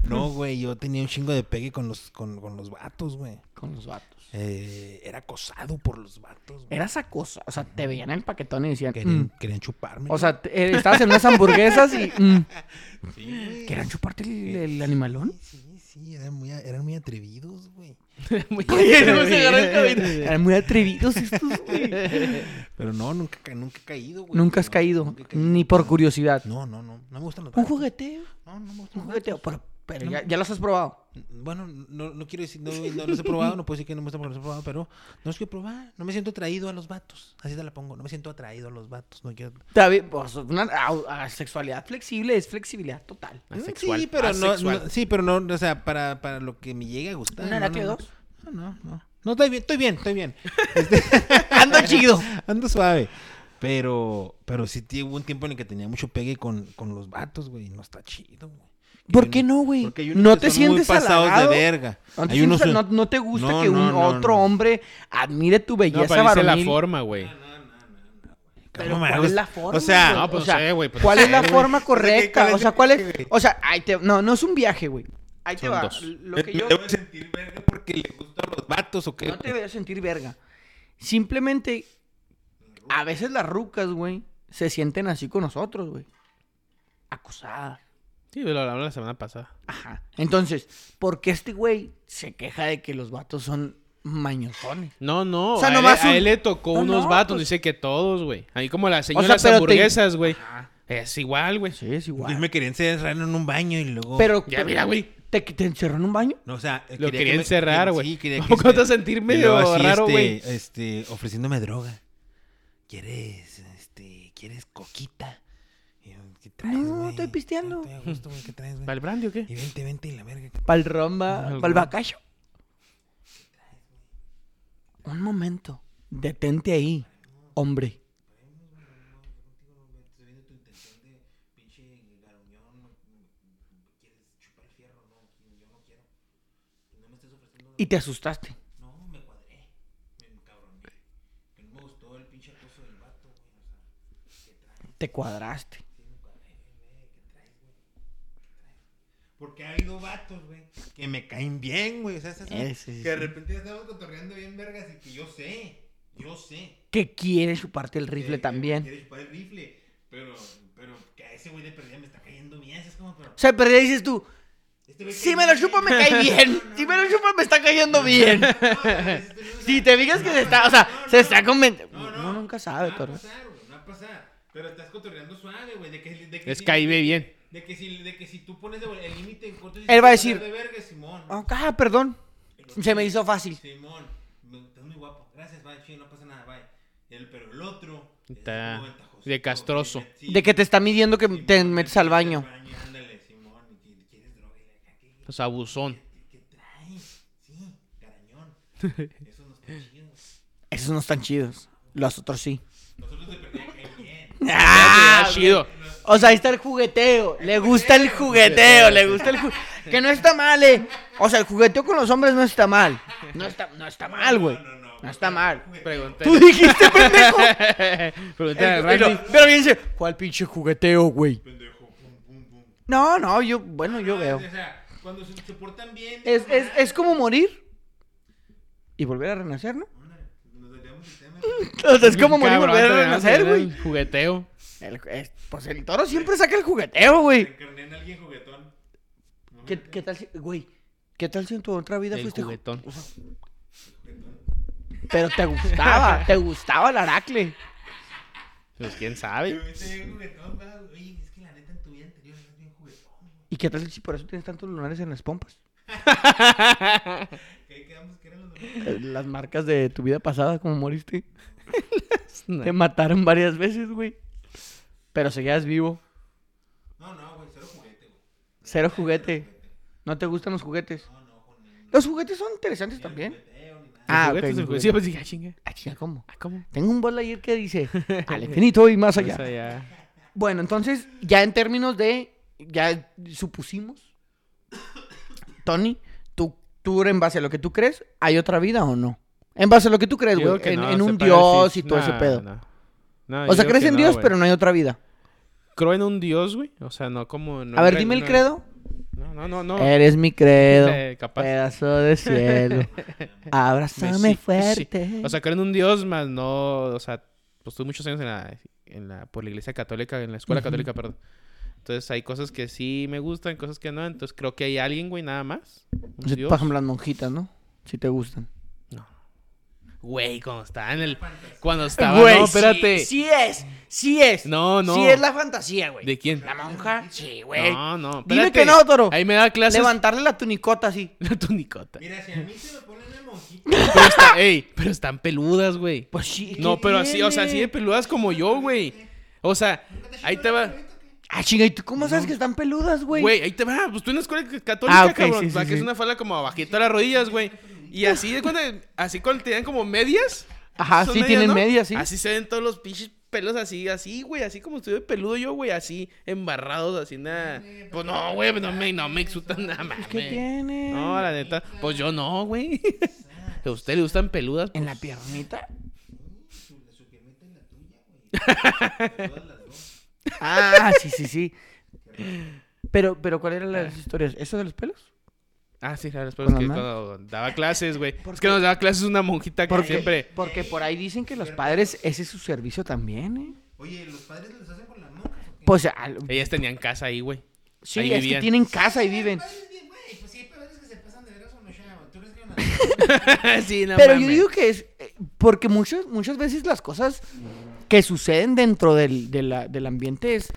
C: [laughs] no.
D: No, güey, yo tenía un chingo de pegue con los, con, con los vatos, güey.
C: Con los vatos.
D: Eh, era acosado por los vatos, güey.
C: Eras acosa. O sea, te veían el paquetón y decían.
D: Querían,
C: "Mm".
D: querían chuparme.
C: O sea, te- eh, estabas en unas hamburguesas y.
D: [laughs]
C: "Mm".
D: Sí, güey.
C: ¿Querían chuparte el, el
D: [laughs]
C: animalón?
D: Sí, sí, eran muy, eran muy atrevidos, güey.
A: Muy
C: Eran muy atrevidos estos,
D: [laughs]
C: güey.
D: Pero no, nunca, ca- nunca he caído, güey.
C: Nunca has
D: No,
C: caído.
D: nunca he
C: Ni por curiosidad.
D: No, no, no. No me gustan los
C: Un
D: vatos.
C: jugueteo.
D: No, no me gustan
C: Un
D: los
C: jugueteo. Pero, pero ya, ya los has probado.
D: vatos. Bueno, no, no quiero decir, no, no los he probado, no puedo decir que no me gustan porque los he probado, pero no los quiero probar. No me siento atraído a los vatos. Así te la pongo. No me siento atraído a los vatos. No quiero.
C: Está bien, pues, una a- a- sexualidad flexible es flexibilidad total.
A: Asexual,
D: Eh, Sí, pero no,
A: Ah, asexual.
D: no- Sí, pero no, o sea, para, para lo que me llegue a gustar.
C: ¿Una
D: no,
C: araque
D: no, no.
C: dos?
D: No, no, no. No, estoy bien, estoy bien, estoy bien.
C: Anda chido.
D: Ando suave. Pero, pero sí tío, hubo un tiempo en el que tenía mucho pegue con, con los vatos, güey. y No está chido, güey.
C: ¿Por
D: Yo
C: qué no, güey?
D: porque hay unos
C: No
D: que
C: te
D: son muy
C: sientes
D: pasados
C: halagado.
D: de verga.
C: ¿No te,
D: Hay unos-
C: sientes- no, no te gusta
D: No,
C: que un
D: no, no,
C: otro
D: no.
C: hombre admire tu
A: No,
C: belleza
A: parece la
C: varonil?
A: forma, güey.
C: Pero
D: ¿Cómo me
C: ¿cuál
D: hago
C: es la
D: esto?
C: forma?
D: O sea,
C: güey?
A: no, pues,
C: O sea,
A: no sé, güey, pues,
C: ¿Cuál
A: no [laughs]
C: es la
A: sé,
C: forma
D: ¿cuál
C: correcta?
D: es
C: O sea,
D: el
C: ¿cuál
D: viaje,
C: es? O sea, ahí te- no, no es un viaje, güey. Ahí te
A: Son
C: va.
A: dos.
C: Lo que yo
D: ¿Te voy a sentir verga porque le gustan los vatos o qué?
C: no te voy a sentir verga. Simplemente a veces las rucas, güey, se sienten así con nosotros, güey. Acosadas.
A: Sí, lo hablamos la semana pasada.
C: Ajá. Entonces, ¿por qué este güey se queja de que los vatos son mañosones?
A: No, no.
C: O sea,
A: a, él,
C: nomás
A: a
C: un-
A: él le tocó
C: No,
A: unos
C: no,
A: vatos,
C: pues-
A: dice que todos, güey. Ahí como las señoras
C: pero te- Ah.
A: hamburguesas, güey. Es igual, güey.
C: Sí, es igual.
D: Entonces Pues me querían encerrar en un baño y luego.
C: Pero,
A: Ya, mira, güey.
C: ¿Te, te encerró en un baño?
D: No, o sea,
A: Lo
D: que
A: quería
D: me-
A: encerrar,
D: que-
A: güey.
D: Sí, quería que
A: ¿Cómo te
D: este-
A: vas a sentir
D: y
A: medio
D: luego así,
A: raro,
D: este,
A: güey?
D: Este, ofreciéndome droga. ¿Quieres, este, quieres coquita? Y yo, ¿Qué traes,
C: No,
D: güey?
C: estoy pisteando.
D: Ah, estoy a gusto, güey, ¿Qué traes, güey?
A: ¿Para el brandy o qué?
D: Y vente, vente y la verga.
C: Pa'l romba,
A: Algo.
C: pa'l bacacho. Un momento. Detente ahí, hombre. Y te asustaste.
E: No, me cuadré. Me encabroné. Que no me gustó el pinche acoso del vato, güey. O sea,
C: Te cuadraste.
E: porque ha habido vatos, güey.
D: Que me caen bien, güey. O sea, esas-
C: Eh, sí, sí,
D: que de
C: sí.
D: repente
E: Estamos cotorreando bien vergas y que yo sé. Yo sé.
C: Que quieres chuparte el rifle
E: que- que
C: también.
E: Quiere chupar el rifle. Pero, pero que a ese güey de perdida me está cayendo bien. Es como, pero.
C: O sea, pero ya dices tú,
E: Este güey
C: si
E: que-
C: me lo chupa me cae bien. Si me lo chupa me está
E: [laughs]
C: cayendo bien.
E: No, este o sea, es- es- es-
C: Si te fijas que se está, o sea, se está convenciendo.
E: No, no.
C: Uno nunca sabe,
E: no va a
C: pero
E: pasar, güey, no va a pasar. Pero estás cotorreando suave, güey. De que, de que
A: Es
E: si-
A: caíbe bien.
E: De que si, de que si tú pones de- el límite en corto...
C: Él va a
E: dices,
C: decir,
E: "De verga, Simón.
C: Ah, perdón. Se me hizo fácil.
E: Simón, me- estás muy guapo. Gracias, bye, chido, no pasa nada, bye. El, pero el otro... es
A: Está
E: muy ventajosito,
A: de castroso.
E: que me- sí,
C: De que te está midiendo que
E: Simón,
C: te metes al baño.
E: Ándale, Simón, y que- ¿quieres droga? Y la- ¿qué-
A: O sea, abusón.
E: qué- ¿Qué traes? Sí, carañón. Eso no está chido.
C: Esos no están chidos. Los otros sí.
E: Nosotros te perdíamos bien.
A: Ah, chido.
C: O sea, ahí está el jugueteo. Le gusta el jugueteo, le gusta el jugueteo. Que no está mal, eh. O sea, el jugueteo con los hombres no está mal. No está, no está mal, güey. No está mal.
A: Pregunté.
C: Tú dijiste, [laughs] pendejo.
A: Pregunté a
C: Pero
A: Randy.
C: pero bien dice, ¿cuál pinche jugueteo, güey?
E: Pendejo, pum, pum, pum.
C: No, no, yo, bueno, yo
E: Ah,
C: veo.
E: O sea, cuando se, se portan bien.
C: Es, es, es como morir y volver a renacer, ¿no?
E: Ándale, Nos daríamos el tema.
C: O sea, es como morir y
A: Cabrón,
C: volver a
A: te van
C: renacer,
A: hacer
C: güey.
A: el Jugueteo.
C: El- es- Pues el toro siempre saca el jugueteo, güey.
E: Reencarné en alguien juguetón. No,
C: ¿Qué, qué tal si, güey? ¿Qué tal si en tu otra vida
A: El
C: fuiste ju-
A: juguetón.
C: o sea, pero te gustaba, te gustaba el aracle.
A: Pues quién
E: Te
A: sabe.
E: viste bien juguetón, va, Oye, es que la neta en tu vida anterior eras bien juguetón. güey.
C: ¿Y qué tal si por eso tienes tantos lunares en las pompas?
E: Que ahí quedamos que eran los dos.
C: Eh, Las marcas de tu vida pasada, como moriste.
A: No.
C: Te mataron varias veces, güey. Pero seguías vivo.
E: No, no, güey, solo juguete, güey.
C: Cero juguete. ¿No te gustan los juguetes? Los juguetes son interesantes también. Ah, ok.
A: Juguetes,
C: los
A: el juguete.
C: juguetes.
A: Sí, pues dije, ah, chinga.
C: Ah, chinga, ¿cómo?
A: Ah, ¿cómo? Pues
C: Tengo un bol ayer que [laughs] dice al infinito y más
A: O sea,
C: allá.
A: ya.
C: Bueno, entonces, ya en términos de. Ya supusimos. Tony, tú, tú en base a lo que tú crees, ¿hay otra vida o no? En base a lo que tú crees,
A: Digo
C: Pues, güey.
A: que
C: En,
A: no,
C: en
A: se
C: un
A: puede
C: dios y
A: decir.
C: todo ese
A: No,
C: pedo.
A: no. No, yo
C: O sea,
A: digo
C: crees
A: que
C: en
A: no,
C: Dios,
A: güey.
C: pero no hay otra vida.
A: Creo en un dios, güey. O sea, no como... no
C: a ver,
A: en
C: dime el
A: una-
C: credo.
A: No, no, no. no.
C: Eres
A: [laughs]
C: mi credo.
A: Eh, capaz. [laughs]
C: Pedazo de cielo. Abrázame
A: Sí, sí.
C: fuerte.
A: O sea, creen en un Dios, más no. O sea, pues tuve muchos años en la, en la. Por la iglesia católica, en la escuela católica, perdón. Entonces hay cosas que sí me gustan, cosas que no. Entonces creo que hay alguien, güey, nada más. Un
C: O sea,
A: Dios.
C: por ejemplo, las monjitas, ¿no? Si te gustan.
A: Güey, cuando estaba en el.
C: [laughs]
A: Cuando estaba.
C: Güey,
A: no, espérate.
C: Sí, sí es, sí es.
A: No, no.
C: Sí es la fantasía, güey.
A: ¿De quién?
C: La monja, sí, güey.
A: No, no.
C: Dime
A: espérate.
C: que no, Toro.
A: Ahí me da clases.
C: Levantarle la tunicota así.
A: [laughs] La tunicota.
E: Mira, si a mí se me pone una monjita.
A: Pero, está- ey, pero están peludas, güey.
C: Pues sí.
A: No,
C: ¿qué
A: pero así, o sea, así de
C: tiene?
A: peludas como yo, güey. O sea, ahí te va.
C: Ah, chinga, ¿y tú cómo sabes que están peludas, güey?
A: Güey, ahí te va. Pues tú en la escuela c- católica,
C: Ah, ok,
A: cabrón.
C: sí,
A: o sea,
C: sí,
A: que
C: sí.
A: es una falda como abajito a las rodillas, güey. Y así de cuenta, así cuando te dan como medias.
C: Ajá,
A: son
C: sí, tienen
A: ¿no?
C: medias, sí.
A: Así se ven todos los pinches pelos así, así, güey. Así como estoy de peludo yo, güey. Así, embarrados, así nada. Pues no, güey, no me, no me exultan nada más.
C: ¿Qué tiene?
A: No, la neta. Pues yo no, güey. [laughs] Que a usted le gustan peludas.
C: En la piernita. Ah, sí, sí, sí. Pero, pero, ¿cuál eran las historias? ¿Eso de los pelos?
A: Ah, sí, claro, después
C: ¿Con la
A: que
C: mano?
A: cuando daba clases, güey. Es que nos daba clases una monjita que
C: Porque,
A: siempre.
C: porque por ahí dicen que los padres, ese es su servicio también, ¿eh?
E: Oye, ¿los padres los hacen con las monjas o qué?
C: Pues, al-
A: Ellas tenían casa ahí, güey.
C: sí,
A: ahí
C: es
A: vivían.
C: que tienen casa y viven.
E: Padres bien, güey, Pues sí, hay padres que se pasan de veras o no, chava. ¿Tú crees que
D: [laughs]
E: van a-
A: [laughs] sí, no
C: Pero yo
A: mames.
C: digo que es eh, porque muchas, muchas veces las cosas que suceden dentro del, de la- del ambiente es,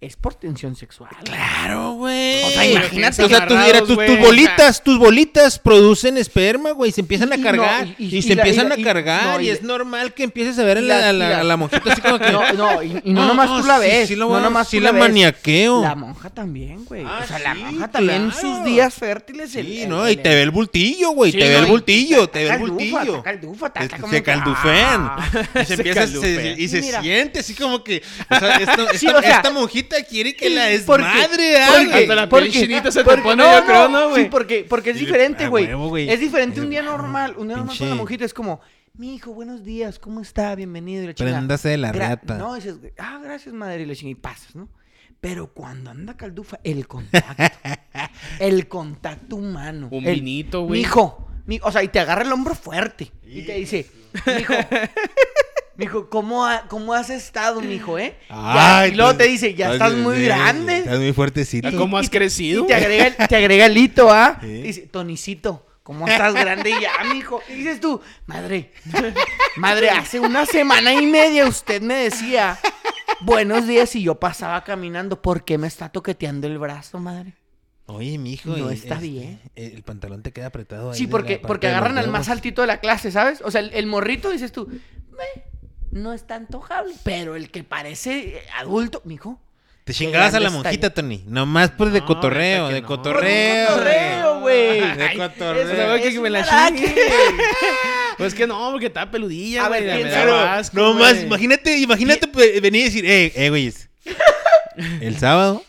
C: es por tensión sexual.
D: Claro, güey.
C: O sea, imagínate.
D: O sea, tú, mira,
A: Agarrados,
D: tus,
A: güey.
D: tus bolitas, tus bolitas producen esperma, güey. y Se empiezan
C: Y-
D: a
C: y
D: cargar.
C: no,
D: y,
C: y- y-
D: se
C: y la-
D: empiezan
C: y la-
D: a
C: y-
D: cargar.
C: no,
D: y,
C: y
D: es
C: la-
D: normal que empieces a ver a
C: y
D: la,
C: la-
D: a
C: y
D: la,
C: la-
D: a la monjita
E: [laughs]
D: así como que.
C: No, no, y, y no nomás tú la
D: sí,
C: ves.
D: sí la
C: no
D: voy a-
C: nomás
D: sí
C: tú
D: la
C: ves.
D: maniaqueo.
C: La monja también, güey.
D: Ah,
C: o sea, la
D: sí,
C: monja también en
D: claro.
C: sus días fértiles. el-
D: Sí,
C: el-
D: no,
C: el-
D: y te ve el bultillo, güey.
C: Sí,
D: te ve
C: no,
D: el
C: y-
D: bultillo, te ve
C: Taca
D: el
C: el dufa,
D: bultillo.
C: taca el dufa, taca
D: Se-
C: como
D: Este, Se
C: que-
D: caldufen.
C: Ah.
D: [laughs] Y se
A: Se
D: empieza se,
A: caldufen.
D: y se
C: Mira.
D: siente así como que. O sea,
C: [laughs]
D: esto- esta,
C: Sí, o sea,
D: esta monjita quiere que la
C: porque-
D: desmadre. ah,
C: porque-
D: güey.
A: Hasta la
C: porque-
A: piel chinita se te
C: porque-
A: pone, yo creo, ¿no, güey?
C: Sí, porque, porque es
D: Sí,
C: diferente,
D: a
C: güey.
D: huevo, güey.
C: Es diferente
D: Es
C: un día
D: huevo.
C: normal. Un día normal con la
D: Pinche.
C: monjita es como, mi hijo, buenos días, ¿cómo está? Bienvenido. Y la chingada.
D: Préndase de la
C: Gra-
D: rata.
C: No, dices, ah, gracias, madre, y la chingada, y pasas, ¿no? Pero cuando anda caldufa,
A: [laughs]
C: el contacto. el contacto humano.
A: Un
C: el,
A: vinito, güey.
C: Mijo, mi- o sea, y te agarra el hombro fuerte. Y te dice, mijo, mijo, ¿cómo, ha- ¿cómo has estado, mijo, eh? Ya-
D: Ay,
C: y luego
D: estás-
A: pues,
C: te dice, ya estás muy
D: sí,
C: grande.
D: Estás muy fuertecito.
A: ¿Y ¿Cómo has crecido?
C: Y te agrega, el- te agrega el hito, ¿ah?
D: Sí.
C: Y Dice, Tonicito, ¿cómo estás grande ya, mijo? Y dices tú, madre, madre, hace una semana y media usted me decía, buenos días, y yo pasaba caminando, ¿por qué me está toqueteando el brazo, madre?
D: Oye, mijo.
C: No
D: y-
C: está
D: este,
C: bien.
D: El, el pantalón te queda apretado ahí.
C: Sí,
D: de
C: porque,
D: la parte
C: porque
D: de los
C: agarran al más
D: huevos.
C: altito de la clase, ¿sabes? O sea, el, el morrito, dices tú, "Meh, no está antojable, pero el que parece eh, adulto, mijo,
D: Te chingabas a la
C: grande está
D: monjita, Tony. Nomás por de
A: No,
D: cotorreo,
A: neta que
D: de
A: no.
D: cotorreo.
C: Por cotorreo, güey.
D: De
C: es-
D: cotorreo.
A: güey, que
C: es
A: me
C: un
A: la
C: araque.
A: Pues que no, porque está peludilla.
C: A
A: güey,
C: ver,
A: me da
C: piénsalo.
A: asco,
D: No
A: güey.
D: más, imagínate, imagínate
C: pues,
D: pe- venir y decir, eh, eh, [laughs] güeyes. El sábado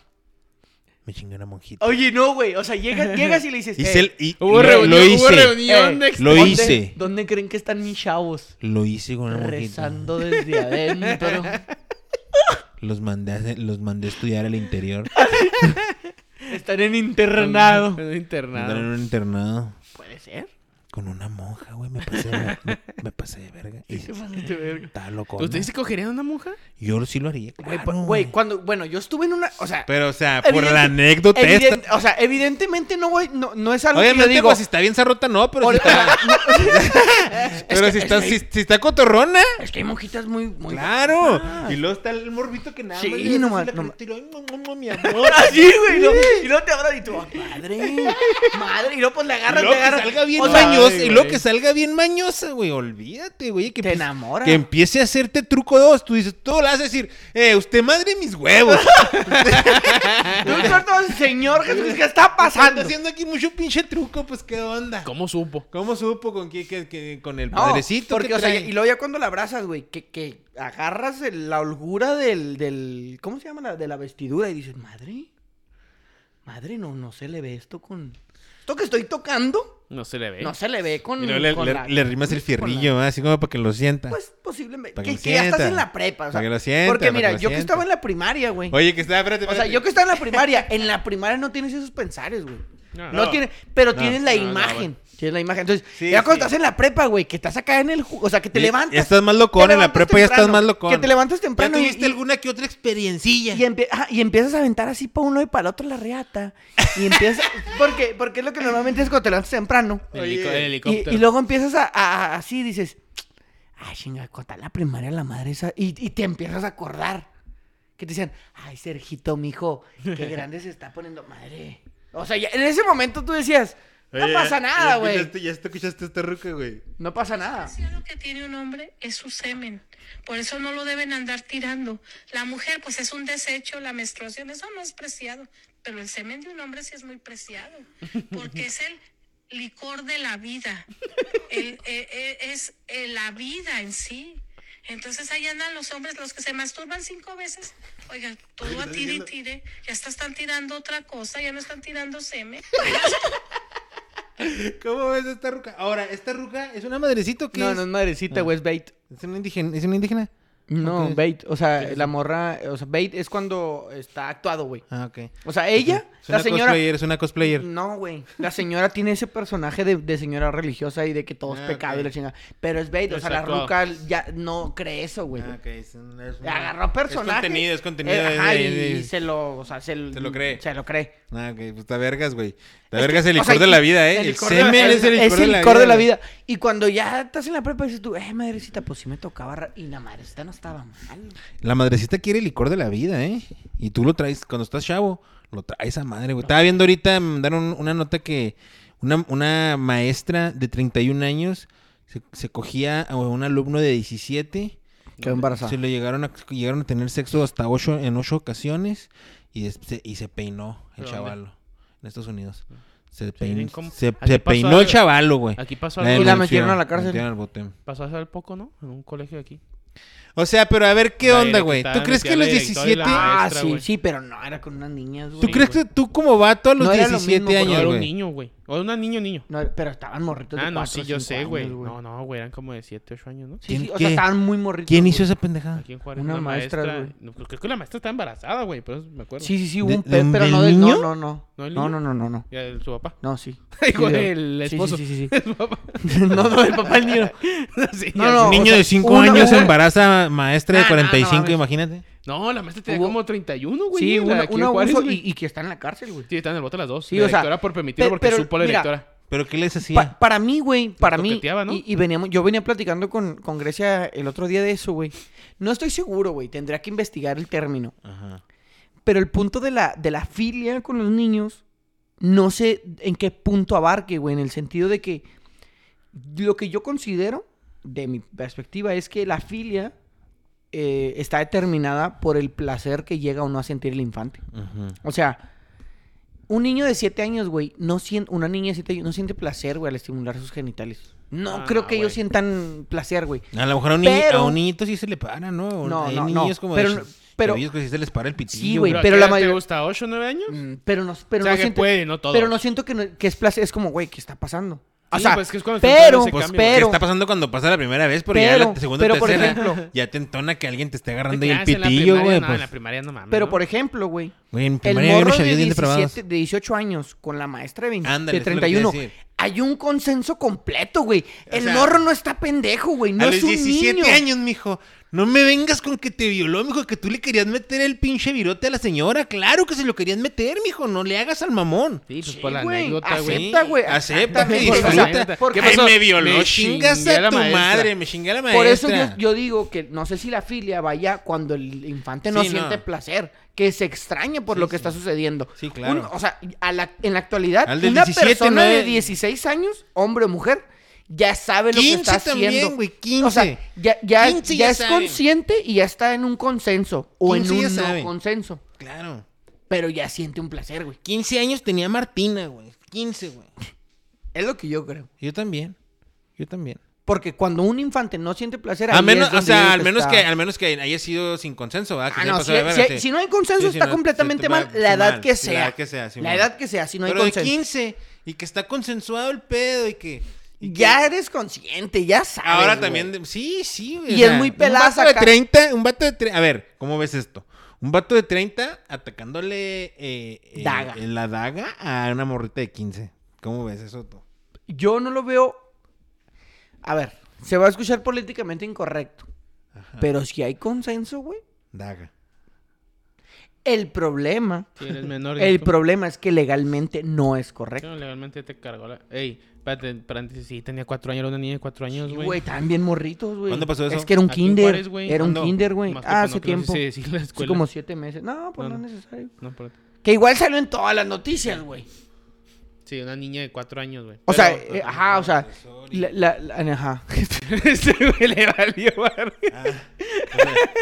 D: me chingué una monjita.
C: Oye, no, güey. O sea, llegas, llegas y le dices.
D: Hice
C: "Eh,
D: el- y-
A: Hubo
D: lo-
A: reunión,
D: lo
A: hubo
D: hice.
A: reunión
C: eh,
A: de ex-
D: Lo
C: ¿dónde-
D: hice.
C: ¿Dónde creen que están mis chavos?
D: Lo hice con una monjita.
C: Rezando
D: [laughs]
C: desde adentro.
D: Los mandé, a hacer- los mandé a estudiar al
C: [laughs]
D: interior.
C: Están en internado.
A: En un
D: Están en
A: Internado.
D: un internado.
C: ¿Puede ser?
D: Con una monja, güey. Me pasé de, ver- me, me pasé de verga. Y
C: ¿Qué pasaste, verga?
D: estaba loco.
A: ¿Ustedes se cogerían a una monja?
D: Yo sí lo haría.
C: Güey,
D: claro.
C: pa- Güey, cuando. Bueno, yo estuve en una. O sea.
D: Ah, Pero, o sea, por
C: Evidente-
D: la anécdota
C: evidente-
D: esta.
C: o sea, evidentemente no voy. No, no es algo que yo
D: Obviamente,
C: digo.
D: pues, si está bien zarrota, no, pero
C: por-
D: si
C: o sea,
D: está,
C: [laughs] es
D: pero
C: que-
D: si,
C: es
D: está,
C: que-
D: si, si está cotorrona.
C: Es que hay monjitas muy. muy
D: Claro.
C: Ah.
D: Y luego está el morbito que nada
C: Sí,
D: más. le hace
C: nomás-
D: así la
C: nomás.
D: carita y luego, "Ay, mamá, mi
C: [laughs]
D: amor.
C: [laughs] Así, güey. ¿no? Y luego te abran y tú, "Ah, madre, madre. Y luego pues le agarras,
D: y
C: te
D: luego que
C: agarras.
D: salga bien
C: O sea,
D: mañosa. Y luego
A: güey.
D: que salga bien mañosa, güey. Olvídate, güey. Que
C: te
D: empiece,
C: enamoras.
D: que empiece a hacerte truco dos. Tú dices, tú le vas a decir, eh, usted madre mis huevos.
C: Tú encuentras, señor Jesús, ¿qué está
D: Anda
C: [laughs] pasando?
D: haciendo aquí mucho pinche truco, pues qué onda.
A: ¿Cómo
D: ¿Cómo,
A: supo?
D: supo con quién? que- que- con el
C: No,
D: padrecito?
C: porque,
D: que
C: o sea,
D: trae?
C: y luego ya cuando la abrazas, güey, que, que agarras el- la holgura del, del, ¿cómo se llama? La, de la vestidura y dices, madre, madre, no, no se le ve esto con, esto que estoy tocando,
A: No se le ve.
C: no se le ve con,
D: ¿Eh? Y luego le,
C: con
D: le-
C: la-
D: le rimas el
C: con la-
D: fierrillo, ¿verdad? así como para que lo sienta.
C: Pues posiblemente,
D: Para
C: que,
D: que lo
C: que ya estás
D: sienta.
C: en la prepa, o sea,
D: Para que lo sienta,
C: porque
D: para
C: mira,
D: que lo
C: yo que
D: sienta.
C: estaba en la primaria, güey.
D: Oye, que está, espérate,
C: O sea,
D: espérate.
C: yo que estaba en la primaria, [laughs] en la primaria no tienes esos pensares, güey.
A: No.
C: No,
D: No.
C: tienes, pero
D: No.
C: tienes la
A: No, no,
C: imagen. tienes la imagen. Entonces,
D: Sí,
C: ya cuando
D: sí.
C: estás en la prepa, güey, que estás acá en el, ju- o sea, que te
D: Y-
C: levantas.
D: ya estás más
C: te
D: locón, en la
C: levantas
D: prepa ya estás
C: temprano,
D: más locón.
C: Que te levantas
D: ¿Ya
C: temprano y,
D: tuviste alguna que otra experiencilla?
C: y empie- ajá, y empiezas a aventar así para uno y para el otro la reata.
D: [laughs]
C: Y empiezas, porque, porque es lo que normalmente es cuando te levantas temprano.
A: El,
D: Oye,
A: helico- el
D: y-
A: helicóptero.
C: Y, y luego empiezas a, a- a- así, dices, ay, chinga, contar la primaria la madre esa. Y, y te empiezas a acordar. Que te decían, ay, Sergito, mijo,
D: [laughs]
C: qué grande se está poniendo madre. O sea, ya- en ese momento tú decías, no
D: Oye,
C: pasa
D: ya- este
C: nada,
D: ya
C: güey.
D: escuchaste- Ya te escuchaste esta ruca, güey.
C: No pasa nada.
F: preciado que tiene un hombre es su semen. Por eso no lo deben andar tirando. La mujer, pues es un desecho, la menstruación, eso no es preciado. Pero el semen de un hombre sí es muy preciado, porque es el licor de la vida. El- eh, eh, es eh, la vida en sí. Entonces ahí andan los hombres, los que se masturban cinco veces. Oigan, todo a tire y tire. Ya hasta están tirando otra cosa, ya no están tirando semen.
D: ¿Cómo ves esta ruca? Ahora, ¿esta ruca es una madrecito que
C: No,
D: es?
C: no es madrecita, güey, es bait.
D: ¿Es una indígena? ¿Es una indígena?
C: No,
D: Ok.
C: bait. O sea, la morra, o sea, bait es cuando está actuado, güey.
D: Ah, ok.
C: O sea, ella,
D: Es una
C: la señora. Mm,
D: cosplayer, es una cosplayer.
C: No, güey. La señora tiene ese personaje de, de señora religiosa y de que todo
D: Ah,
C: es pecado
D: ok.
C: y la chingada. Pero es bait, o sea, la
A: Exacto.
C: ruca ya no cree eso, güey.
D: Ah, ok. Es un- es
C: Le
D: una-
C: agarró personaje.
D: Es contenido, es contenido.
C: eh,
D: es-
C: ajá,
D: es-
C: y
D: es-
C: se lo, o sea, se, l-
D: Se lo cree.
C: Se lo cree.
D: Ah, ok. Pues está vergas, güey. Está
C: Es
D: vergas
C: que,
D: el
C: o
D: licor
C: sea,
D: de la
C: y-
D: vida, ¿eh? El,
C: licor de la-
D: semen es el licor,
C: es el licor de la
D: güey.
C: vida. Y cuando ya estás en la prepa dices tú, eh, madrecita, pues sí me tocaba. ra- Y la madrecita no estaba mal.
D: La madrecita quiere el licor de la vida, ¿eh? Y tú lo traes, cuando estás chavo, lo traes a madre, güey. Estaba viendo ahorita, me mandaron una nota que una, una maestra de 31 años se, se cogía a un alumno de 17.
C: Quedó embarazada.
D: Se le llegaron a, llegaron a tener sexo hasta ocho, en ocho ocasiones y, des- se, y se peinó el
A: ¿Dónde?
D: chavalo en Estados Unidos. Se,
A: miren
D: peinó,
A: cómo-
D: se,
A: aquí
D: se
A: pasó
D: peinó
A: algo.
D: el chavalo, güey.
A: Aquí pasó
D: denunció,
A: algo.
C: Y la metieron a la cárcel.
D: metieron al bote.
A: Pasó hace poco, ¿no? En un colegio de aquí.
D: O sea, pero a ver qué
A: La
D: onda, güey.
A: directora
D: ¿Tú crees que a
A: metía
D: los
A: la directora y
D: 17...
A: la
C: Ah,
A: maestra,
C: sí,
A: güey.
C: sí, pero no, era con unas niñas,
D: ¿Tú
C: güey.
A: Sí,
D: crees
A: güey.
D: que tú como vato a los
C: No era lo
D: 17
C: mismo,
A: No,
D: años,
A: era un
D: güey?
A: niño, güey. O era una niña o niño.
C: No, pero estaban morritos de
A: Ah, no,
C: cuatro,
A: sí, yo
C: cinco
A: sé, güey.
C: años,
A: No, no, güey. Eran como de 7, 8 años, ¿no?
C: Sí,
D: ¿Quién-
C: sí, o
D: qué?
C: sea, estaban muy morritos.
D: ¿Quién
C: güey.
D: hizo esa pendejada?
A: Aquí en Juárez.
C: Una
A: Una,
C: maestra,
A: maestra.
C: güey.
A: no, creo que la maestra está embarazada, güey. Pero eso me acuerdo.
C: Sí, sí, sí, hubo
D: ¿De-
C: un
D: de
C: pez,
D: un-
C: pero
D: del
C: no del
D: niño?
C: No, no, no.
A: ¿No
C: No,
A: del
C: no,
A: niño?
C: no, no, no.
A: Ya, el- su
C: [laughs]
A: papá.
C: No,
A: [laughs]
C: sí.
A: Hijo
C: Sí,
A: del
C: sí, sí,
A: esposo.
C: Sí,
A: [laughs]
C: sí, sí.
A: El papá.
C: no,
A: [laughs]
C: no, el papá del niño.
A: Sí,
C: No,
A: ya
C: no.
A: sé.
D: Un niño
C: o sea,
D: de 5
C: una-
D: años
C: una-
D: embaraza a maestra de
C: Ah, no, no
D: 45,
C: mames.
D: imagínate.
A: No, la maestra tenía
C: Hubo-
A: como 31, güey.
C: Sí,
A: la
C: una,
A: aquí en
C: una
A: Juárez,
C: abuso
A: güey.
C: y, y que está en la cárcel, güey.
A: Sí, están en el bote las dos.
C: Sí,
A: la
C: o sea,
A: directora por permitido
C: pe-
A: porque
C: pero,
A: supo la
C: mira,
A: directora.
D: ¿Pero qué les
C: Pa-
D: hacía?
C: para mí, güey, para mí.
A: toqueteaba, ¿no?
C: Y, y veníamos, yo venía platicando con, con Grecia el otro día de eso, güey. No estoy seguro, güey. Tendría que investigar el término.
D: Ajá.
C: Pero el punto de la, de la filia con los niños, no sé en qué punto abarque, güey, en el sentido de que lo que yo considero, de mi perspectiva, es que la filia eh, está determinada por el placer que llega o no a sentir el infante.
D: Ajá.
C: O sea, Un niño de 7 años, güey, no sien- una niña de 7 años no siente placer, güey, al estimular sus genitales. No
A: Ah,
C: creo que ellos
A: güey.
C: sientan placer, güey.
D: A lo mejor a un, ni-
C: Pero-
D: a un niñito sí se le para, ¿no? O-
C: No,
D: hay
C: no, no.
D: niños como
C: Pero
D: de
C: no-
D: ch-
C: pero-
D: chavillos que sí se les para el pitillo.
C: Sí, güey,
A: ¿Pero a
C: pero
A: qué
C: la
A: edad
C: mayor-
A: ¿Te gusta 8 o 9 años?
C: Mm, Pero no, pero
A: O sea,
C: no
A: que
C: siento,
A: puede, no todo.
C: Pero no siento que, no- que es placer. Es como, güey, ¿qué está pasando? O
A: Sí,
C: sea,
A: pues, que es cuando se
C: pero,
A: entona ese
D: Pues,
A: cambio,
D: ¿qué
C: pero,
D: está pasando cuando pasa la primera vez? Pero, ya
C: pero-
D: la segunda
C: pero, por
D: tercera
C: ejemplo-
D: ya te entona que alguien te está
A: Te
D: agarrando y el
A: quedas en la
D: pitillo,
A: primaria,
D: güey.
A: no,
D: pues,
A: en la primaria no mames.
C: pero
A: ¿no?
C: por ejemplo, güey,
D: güey, en
C: el
D: primaria había unos
C: morro de
D: chavillos bien depravados.
C: 17, de 18 años con la maestra de, 20 de
D: Ándale, eso es lo que te iba
C: 31,
D: a decir.
C: hay un consenso completo, güey.
D: O
C: El
D: sea,
C: morro no está pendejo, güey, no
D: a
C: es
D: los
C: un
D: 17
C: niño.
D: años, mijo. No me vengas con que te violó, mijo, que tú le querías meter el pinche virote a la señora. Claro que se lo querías meter, mijo. No le hagas al mamón.
A: Sí, pues
C: Sí,
A: por la
C: güey, Ah,
A: anécdota, güey.
C: acepta, güey.
D: Acepta,
C: Acepta,
D: güey,
C: güey, o sea,
D: disfruta.
C: porque-
D: Ay,
A: ¿Qué pasó?
D: me violó,
A: Me
D: chingas
A: chingué a la
D: a tu
A: maestra.
D: madre, me chingué a la maestra.
C: Por eso yo, yo digo que no sé si la filia vaya cuando el infante no
D: Sí,
C: siente
D: no.
C: placer, que se extraña por
D: Sí,
C: lo que
D: sí.
C: está sucediendo.
D: Sí, claro.
C: Un- o sea, a la- en la actualidad,
D: Al del
C: una
D: 17,
C: persona de
D: nueve-
C: 16 años, hombre o mujer, ya sabe lo que
D: 15
C: está haciendo.
D: también, güey, 15.
C: O sea, ya, ya,
D: 15
C: ya
D: ya
C: es
D: saben.
C: consciente y ya está en un consenso o en
D: 15 ya
C: un no
D: saben.
C: consenso.
D: Claro.
C: Pero ya siente un placer, güey.
D: 15 años tenía Martina, güey. 15, güey.
C: Es lo que yo creo.
D: Yo también. Yo también.
C: Porque cuando un infante no siente placer,
D: A
C: ahí
D: menos,
C: es
D: o
C: donde
D: sea,
C: digo
D: al menos,
C: está-
D: que, al menos que haya sido sin consenso, ¿verdad? Que
C: Ah,
D: se
C: no,
D: pasó
C: si,
D: de verga,
C: si-
D: sí.
C: si no hay consenso
D: Sí, si
C: está
D: no,
C: completamente
D: sí,
C: mal,
D: está
C: la edad
D: mal.
C: que
D: Sí,
C: sea.
D: la edad que sea, sí,
C: La
D: mal.
C: edad que sea, si no hay
D: Pero de
C: consenso.
D: 15 y que está consensuado el pedo y que... y que-
C: Ya eres consciente, ya sabes.
D: Ahora
C: güey.
D: también, de- sí, sí, güey.
C: Y
D: o
C: es muy
D: Un
C: pelazo
D: vato de
C: acá.
D: 30, un vato de 30, a ver, ¿cómo ves esto? Un vato de 30 atacándole eh, eh,
C: Daga.
D: eh, la daga a una morrita de 15. ¿Cómo ves eso tú?
C: Yo no lo veo. A ver, se va a escuchar políticamente incorrecto. Pero si hay consenso, güey. [laughs]
D: Daga.
C: El problema.
A: Si eres menor de
C: El
A: tú.
C: problema es que legalmente no es correcto.
A: No, legalmente te cargó la... Ey, espérate, paréntesis, sí, tenía 4 años, era una niña de 4 años,
C: Sí,
A: güey.
C: Güey, estaban bien morritos, güey.
D: ¿Cuándo pasó eso?
C: Es que era un
A: Aquí en
C: kinder.
A: Juárez, güey.
C: era un
D: ¿Cuándo?
C: kinder, güey.
A: Más que
C: Ah,
A: pues,
C: hace
A: no creo si
C: tiempo.
A: se decía la
C: Hace
A: escuela.
C: como siete meses. No, pues
A: No,
C: no,
A: no.
C: es necesario.
A: No, espérate.
C: Que igual salió en todas las noticias, güey.
A: Sí, una niña de 4 años,
C: [laughs]
A: güey.
C: O sea,
D: Pero-
C: eh, ajá, o sea, la, la- la- ajá.
A: este güey le valió, barrio.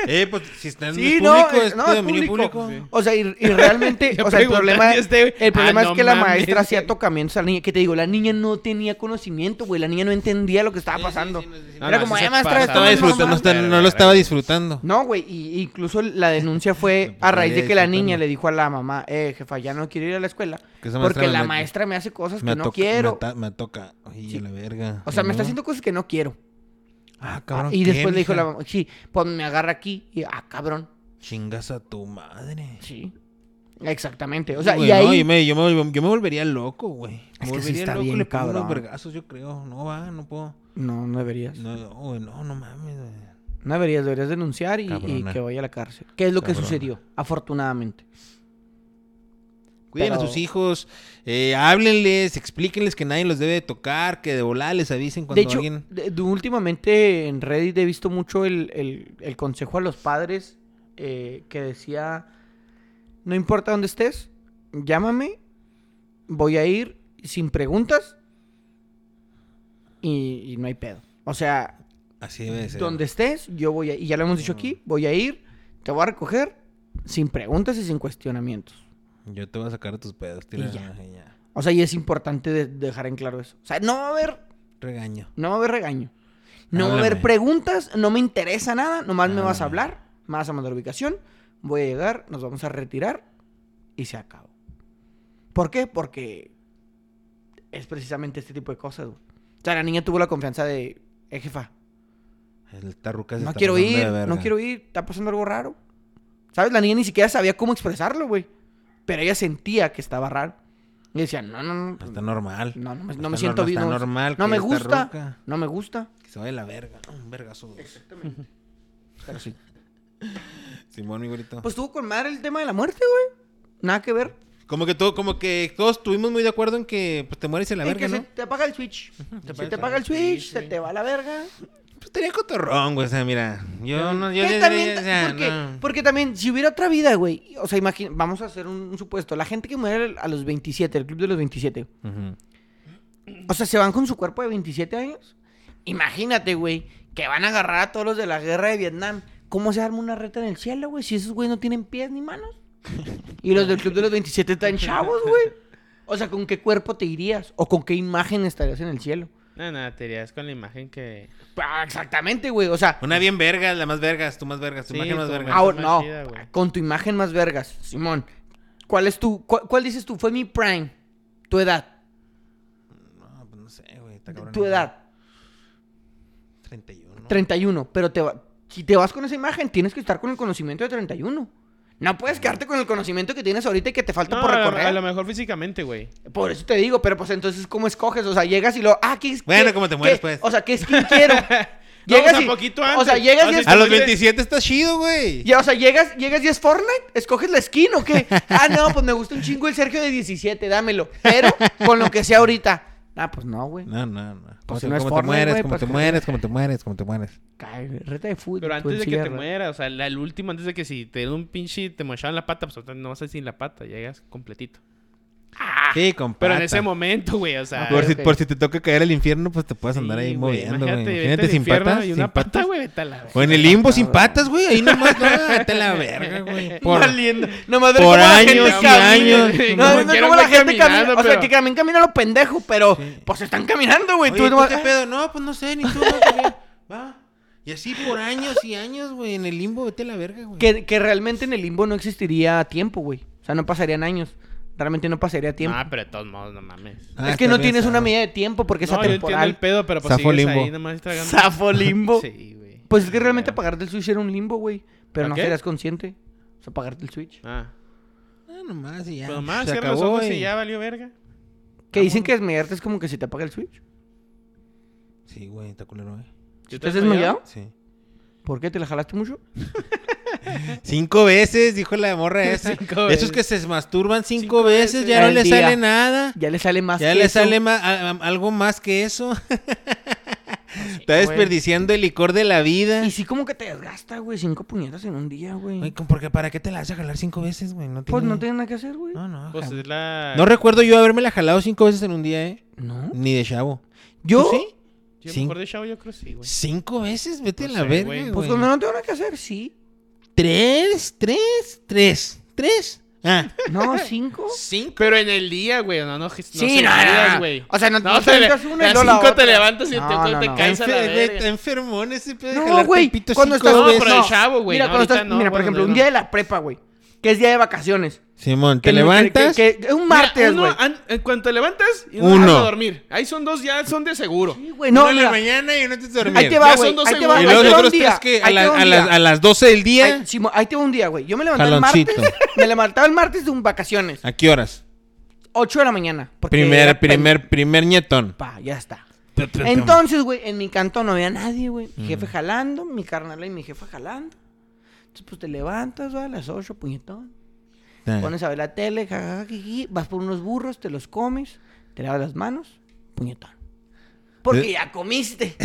D: eh, pues si está en
C: Sí,
D: el
C: no,
D: público,
C: eh,
D: es
C: no,
D: de
C: es
D: dominio
C: público.
D: público.
C: O sea, y,
D: [laughs]
C: y realmente,
A: Ya
C: o sea, el
A: preguntaste
C: problema,
A: a este, güey.
C: el problema
A: Ah,
C: es
A: no
C: que la
A: mames.
C: maestra hacía tocamientos a la niña. Que te digo, la niña no tenía conocimiento, güey. La niña no entendía lo que estaba pasando.
A: No,
C: Era
A: no,
C: como,
A: sí
C: eh,
A: se
C: maestra,
A: pasa,
C: esto
D: Estaba
C: no es
D: disfrutando,
C: normal".
D: no, está- no lo estaba disfrutando.
C: No, güey, y incluso la denuncia fue a raíz de que la niña le dijo a la mamá, eh, jefa, ya no quiero ir a la escuela
D: Que esa maestra
C: porque
D: me
C: la
D: mete-
C: maestra me hace cosas que
D: Me,
C: no
D: toca,
C: quiero.
D: me, ta- me toca. Ay,
C: Sí.
D: la verga.
C: O sea, me
D: No.
C: está haciendo cosas que no quiero.
D: Ah, cabrón.
C: Ah, y
D: ¿qué,
C: después le dijo la
D: mija?
C: mamá, sí, pues me agarra aquí y, ah, cabrón,
D: Chingas a tu madre.
C: sí. Exactamente, o sea,
D: Güey,
C: y
D: no,
C: ahí...
D: yo, me, yo, me, yo me volvería loco, güey. Me
C: Es que sí
D: volvería
C: está
D: loco,
C: bien
D: le pongo unos
C: cabrón.
D: vergazos, yo creo. No va, no puedo.
C: No, no deberías.
D: No, no, güey, no, no mames, güey.
C: No deberías, deberías denunciar y, y
D: Cabrona.
C: que vaya a la cárcel. ¿Qué es lo que
D: Cabrona.
C: sucedió? Afortunadamente.
D: Cuiden a
C: Pero-
D: sus hijos, eh, háblenles, explíquenles que nadie los debe tocar, que de volar les avisen cuando
C: de hecho,
D: alguien...
C: de- de- últimamente en Reddit he visto mucho el, el- el consejo a los padres eh, que decía, no importa dónde estés, llámame, voy a ir sin preguntas y, y no hay pedo. O sea,
D: Así debe de ser.
C: donde estés, yo voy a, y ya lo hemos dicho aquí, voy a ir, te voy a recoger sin preguntas y sin cuestionamientos.
D: Yo te voy a sacar de tus pedos, tira.
C: Y
D: Y
C: ya.
D: ya.
C: O sea, y es importante de- dejar en claro eso. O sea, no va a haber
D: Regaño.
C: No va a haber regaño. No va a
D: Háblame.
C: haber preguntas, no me interesa nada, nomás me vas a
D: Háblame.
C: hablar, me vas a mandar ubicación, voy a llegar, nos vamos a retirar y se acabó. ¿Por qué? Porque es precisamente este tipo de cosas, güey. O sea, la niña tuvo la confianza de, eh, jefa,
D: El tarruca se
C: no
D: está
C: quiero
D: pasando de
C: ir,
D: verga.
C: no quiero ir, está pasando algo raro. ¿Sabes? La niña ni siquiera sabía cómo expresarlo, güey. Pero ella sentía que estaba raro. Y decía, no, no, no,
D: No Pues Está normal.
C: no, no me,
D: Está
C: no me siento
D: normal,
C: bien.
D: Está
C: no-
D: normal.
C: no
D: que
C: me
D: esta
C: gusta,
D: ruca-
C: no me gusta.
D: Que se vaya la verga. Un vergazo. [laughs]
C: Exactamente. Pero sí.
D: Simón, mi güerito.
C: Pues tuvo con madre el tema de la muerte, güey. Nada que ver.
D: Como que todo, como que todos estuvimos muy de acuerdo en que pues, te mueres en la
C: Es
D: verga,
C: que
D: ¿no?
C: se te apaga el switch. se te apaga el switch, se te va la verga.
D: Pues estaría cotorrón, güey. O sea, mira. Yo no, yo,
C: Que
D: yo-
C: también,
D: yo- o sea,
C: porque,
D: no.
C: porque también, si hubiera otra vida, güey. O sea, imagina, vamos a hacer un, un supuesto. La gente que muere a los 27, el club de los 27.
D: Ujú.
C: O sea, se van con su cuerpo de 27 años. Imagínate, güey, que van a agarrar a todos los de la guerra de Vietnam. ¿Cómo se arma una reta en el cielo, güey? Si esos güey no tienen pies ni manos. Y los del Club de los 27 están chavos, güey. O sea, ¿con qué cuerpo te irías? ¿O con qué imagen estarías en el cielo?
A: No, no, te irías con la imagen que.
C: Ah, Exactamente, güey. O sea,
D: Una bien verga, la más vergas, tú más vergas, tu
A: Sí,
D: imagen más
A: tú-
D: verga.
C: ahora
A: más
C: no.
A: chida, güey.
C: con tu imagen más vergas, Simón. ¿Cuál es tu. cu- ¿Cuál dices tú? Fue mi prime. Tu edad.
D: No, pues no sé, güey, está cabrón.
C: Tu edad.
D: 31.
C: 31, pero te va- si te vas con esa imagen, tienes que estar con el conocimiento de 31. No puedes quedarte con el conocimiento que tienes ahorita y que te falta
A: No,
C: por
A: a lo-
C: recorrer.
A: a lo mejor físicamente, güey.
C: Por eso te digo, pero pues entonces, ¿cómo escoges? O sea, llegas y lo. Ah, ¿qué es?
D: Bueno,
C: qué-
D: ¿cómo te mueres,
C: qué-
D: pues?
C: O sea, ¿qué skin
A: [laughs]
C: quiero? [laughs]
A: o
C: llegas
A: sea,
C: y,
A: poquito
C: O sea,
A: antes.
C: llegas
A: O
C: y
A: sea,
C: es.
D: A los
A: Entonces-
D: 27 está chido, güey.
C: ya, o sea, llegas, llegas y es Fortnite, escoges la skin
A: [laughs]
C: o qué. Ah, no, pues me gusta un chingo el Sergio de 17, dámelo. Pero con lo que sea ahorita. Ah, pues no, güey.
D: No, no, no. Como
C: Pues
D: te
C: si no es
D: cómo te
C: Fortnite,
D: mueres,
C: güey,
D: como
C: pues,
D: te
C: ¿cómo?
D: mueres, como te mueres, como te mueres.
C: Cae, reta de fútbol.
D: Pues
A: Pero
C: tú en
A: antes de que
C: silla
A: te
C: ruedas.
A: mueras, o sea, la- el último, antes de que si te den un pinche te mochaban la pata, pues ahorita no vas a ir sin la pata, llegas completito.
C: Ah.
D: Sí, compadre.
A: Pero en ese momento, güey, o sea.
D: Por, si,
C: ok.
D: por si te toca caer al infierno, pues te puedes
A: Ah, sí,
D: andar ahí
A: güey,
D: moviendo, güey.
A: Imagínate,
D: Imagínate,
A: vete al
D: sin
A: infierno
D: patas.
A: Y
D: sin
A: una pata,
D: patas.
A: güey, vete a la verga.
D: O en el limbo sin patas, güey. Ahí nomás, no,
A: [laughs]
D: vete a la verga, güey. Por-
C: Valiendo. Nomás ver
D: Por
C: cómo la gente
D: años y
C: camina.
D: años.
C: No,
A: Como
C: no,
A: quiera
C: cómo la
A: andar
C: gente camina.
A: caminando,
C: O sea,
A: pero-
C: que también camina lo pendejo, pero pues están caminando, güey.
D: Oye,
C: Tú
D: ¿tú
C: nomás- eh.
D: qué pedo? No, pues no sé, ni tú. no, güey. Va. Y así por años y años, güey. En el limbo, vete a la verga, güey.
C: que, que realmente en el limbo no existiría tiempo, güey. O sea, no pasarían años. Realmente no pasaría tiempo.
A: Ah, pero de todos modos, no mames.
D: Ah,
C: es que
D: está
C: no
D: bien,
C: tienes
D: está
C: una
D: bien.
C: medida de tiempo porque es
A: no, yo entiendo el
C: atemporal.
A: pedo, pero pues
D: Zafo
A: sigues
D: limbo.
A: ahí nomás tragando.
C: Zafo limbo.
A: Sí, güey. Ah.
C: Pues es que realmente
A: Claro.
C: pagarte el Switch era un limbo, güey. Pero
A: ¿A
C: no
A: qué?
C: serías consciente. O sea, pagarte el Switch.
A: Ah.
D: Ah, nomás y ya.
A: Pues nomás,
D: se
A: cierra
D: acabó,
A: los ojos
D: güey.
A: y ya valió verga.
C: Que dicen que desmayarte es como que se te apaga el Switch.
D: Sí, güey, está culero, güey.
A: ¿Yo te
C: ¿Estás
A: desmayado?
C: desmayado?
D: Sí.
C: ¿Por qué? ¿Te la jalaste mucho?
D: Cinco veces, dijo
A: [laughs]
D: la morra esa.
A: Cinco
D: De
A: veces.
D: Esos que se masturban cinco, veces, ya no
C: Al
D: le
C: día.
D: sale nada.
C: Ya le sale más
D: Ya
C: que
D: le
C: eso.
D: sale ma- a- a- algo más que eso. [laughs] Está desperdiciando el licor de la vida.
C: Y sí como que te desgasta, güey, cinco puñetas en un día,
D: Güey,
C: güey.
D: ¿con- porque ¿Para qué te la vas a jalar cinco veces, güey? No
C: Pues
D: tiene-
C: no tienes nada que hacer, güey.
D: No, no.
A: Pues
D: jam-
A: es la.
D: No recuerdo yo haberme la jalado cinco veces en un día, ¿eh?
C: No.
D: Ni de chavo.
C: Yo,
D: ¿Tú sí?
A: Yo
D: Sí.
A: mejor de chavo, yo creo sí, güey.
D: ¿Cinco veces? Vete
A: No
D: a la
A: sé,
D: verga,
A: güey.
D: güey.
C: pues cuando no tengo nada que hacer, sí.
D: ¿Tres? ¿Tres? ¿Tres? ¿Tres?
A: [laughs]
D: Ah.
C: No, cinco.
D: ¿Cinco?
A: Pero en el día, güey, no, no, no
C: Sí, no, no, no.
A: güey.
C: O sea, no,
A: No,
C: no
A: te, le,
C: tengas una y
A: las
C: luego la
A: cinco te
C: otra.
A: levantas y te,
C: No, no,
A: te
C: no.
A: caes a la
D: Enfer- güey, está
A: verga.
D: enfermón ese pedo de
C: No,
D: jalarte
C: güey.
D: el pito
C: Cuando
D: cinco
C: estás...
A: No,
D: veces.
A: pero de chavo, güey,
C: Mira,
A: no,
C: cuando estás...
A: ahorita no,
C: Mira, por
A: cuando
C: ejemplo,
A: no.
C: un día de la prepa, güey. Que es día de vacaciones.
D: Simón,
C: Que
D: te
C: no-
D: levantas.
C: Que, que- que- un martes,
A: Mira,
C: güey.
A: uno, an- en cuanto te levantas, y uno.
D: Uno.
A: vas a dormir. Ahí son dos, ya son de seguro.
C: Sí, güey, no,
D: Una en la
C: mira.
D: mañana y una antes de dormir.
C: Ahí te
A: Ya
C: va,
A: son
C: güey.
A: dos
C: Ahí te va,
A: segundos.
D: Y luego
C: ahí te va un
D: nosotros
C: día.
D: tres que a,
C: ahí
D: la-
C: te va un
D: a
C: día.
D: las, a las 12 del día.
C: Ahí- Simón, ahí te va un día, güey. Yo me levantaba el martes.
D: Jaloncito.
C: Me levantaba el martes de un vacaciones.
D: ¿A qué horas?
C: 8 de la mañana. porque
D: Primer,
C: era pen-
D: primer, primer ñetón.
C: Pa, ya está. Entonces, güey, en mi cantón no había nadie, güey.
D: Mm.
C: Mi jefe jalando, mi carnal y mi jefa jalando. Entonces, pues te levantas, güey, a las 8, puñetón.
D: Ah.
C: Pones a ver la tele, jajaja, jiji, vas por unos burros, te los comes, te lavas las manos, puñetón. Porque
D: Eh.
C: ya
D: [laughs]
C: comiste.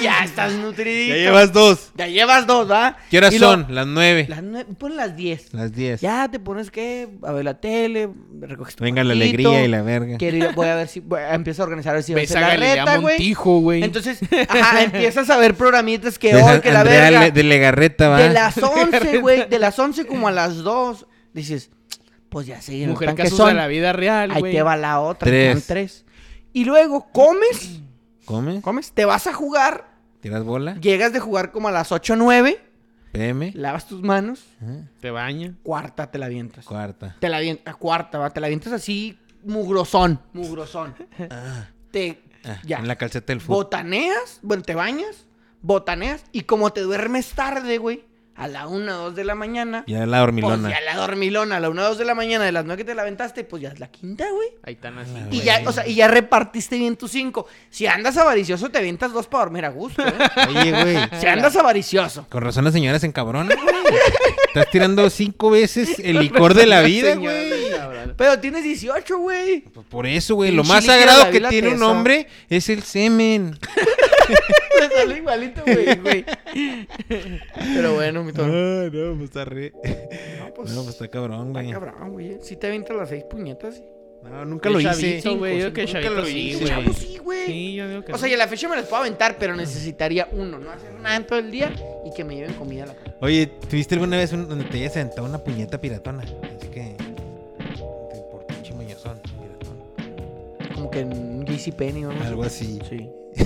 C: ya estás nutrido.
D: Ya llevas dos.
C: Ya llevas dos, ¿va?
D: ¿Qué horas
C: Y lo-
D: son? Las nueve.
C: Las nue- pon las 10.
D: Las diez.
C: Ya te pones que a ver la tele, recoges tu
D: Venga la
C: cuartito,
D: alegría y la [laughs] verga.
C: Quiero ir, voy a ver si voy a- empiezo a organizar a ver si voy a
A: Ves a
C: hacer la
A: Galilea
C: reta, güey.
A: Montijo, güey.
C: Entonces, ajá, empiezas a ver programitas que
D: [laughs] De
C: hoy,
D: San-
C: que la
D: Andrea
C: verga.
D: Le- de Legarreta, va.
C: De
D: [laughs]
C: las 11, güey, de las 11 como a las 2, dices, pues ya sé, no
A: Mujer
C: tan
A: que
C: que
A: asusta
C: son.
A: la vida real,
C: Ahí
A: güey.
C: te va la otra,
D: Tres.
C: son tres. Y luego comes,
D: ¿Comes?
C: comes, te vas a jugar,
D: ¿Tiras bola?
C: llegas de jugar como a las 8 o 9,
D: PM.
C: lavas tus manos,
D: Ajá.
A: Te baña.
C: cuarta te la avientas.
D: Cuarta.
C: Te la avientas, cuarta, va, te la avientas así, mugrosón, mugrosón. te,
D: Ah,
C: ya.
D: En la calceta del fútbol.
C: Botaneas, bueno, te bañas, botaneas, y como te duermes tarde, güey, a la una, dos de la mañana,
D: Ya la dormilona.
C: pues ya la dormilona, a la una, dos de la mañana, de las nueve que te la aventaste, pues ya es la quinta, güey.
A: Ahí están
D: Ah,
A: así.
C: Y ya, o sea, y ya repartiste bien tus cinco. Si andas avaricioso, te avientas dos para dormir a gusto,
D: [laughs]
C: ¿eh?
D: Oye, güey.
C: [laughs] Si andas avaricioso.
D: Con razón las señoras en cabrón. Estás tirando cinco veces el licor de la vida, güey.
C: Pero tienes 18, güey. [laughs]
D: Pues Por eso, güey,
C: Un
D: lo más
C: chile a la
D: sagrado que
C: vela
D: tiene un
C: tesa.
D: hombre es el semen.
C: Me sale igualito, güey,
D: [laughs]
C: güey. Pero bueno, mi toro.
D: no, pues está re. No, pues, está cabrón,
C: Está
D: güey.
C: cabrón, güey. Si te avientas las seis puñetas.
D: No,
A: Nunca
D: nunca lo
A: lo
D: hice.
A: chavito, güey. Yo creo que
D: Nunca
A: chavito
D: lo
A: sí,
D: hice.
A: güey.
C: Chavo, sí, güey.
A: Sí, yo digo que
C: O sea,
A: no.
C: y a la fecha me las puedo aventar, pero necesitaría uno, no hacer nada en todo el día y que me lleven comida a la casa.
D: Oye, ¿tuviste alguna vez un- donde te hayas sentado una puñeta piratona?
C: que en JCPenney o algo así.
D: Algo así.
C: Sí.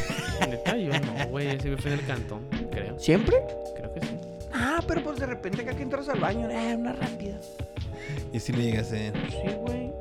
A: Neta, yo no, güey. Ese fue en el cantón, creo.
C: ¿Siempre?
A: Creo que sí. [laughs]
C: Ah, pero pues de repente acá que entras al baño, eh, una rápida.
D: Y si le llegas a
C: Sí, güey.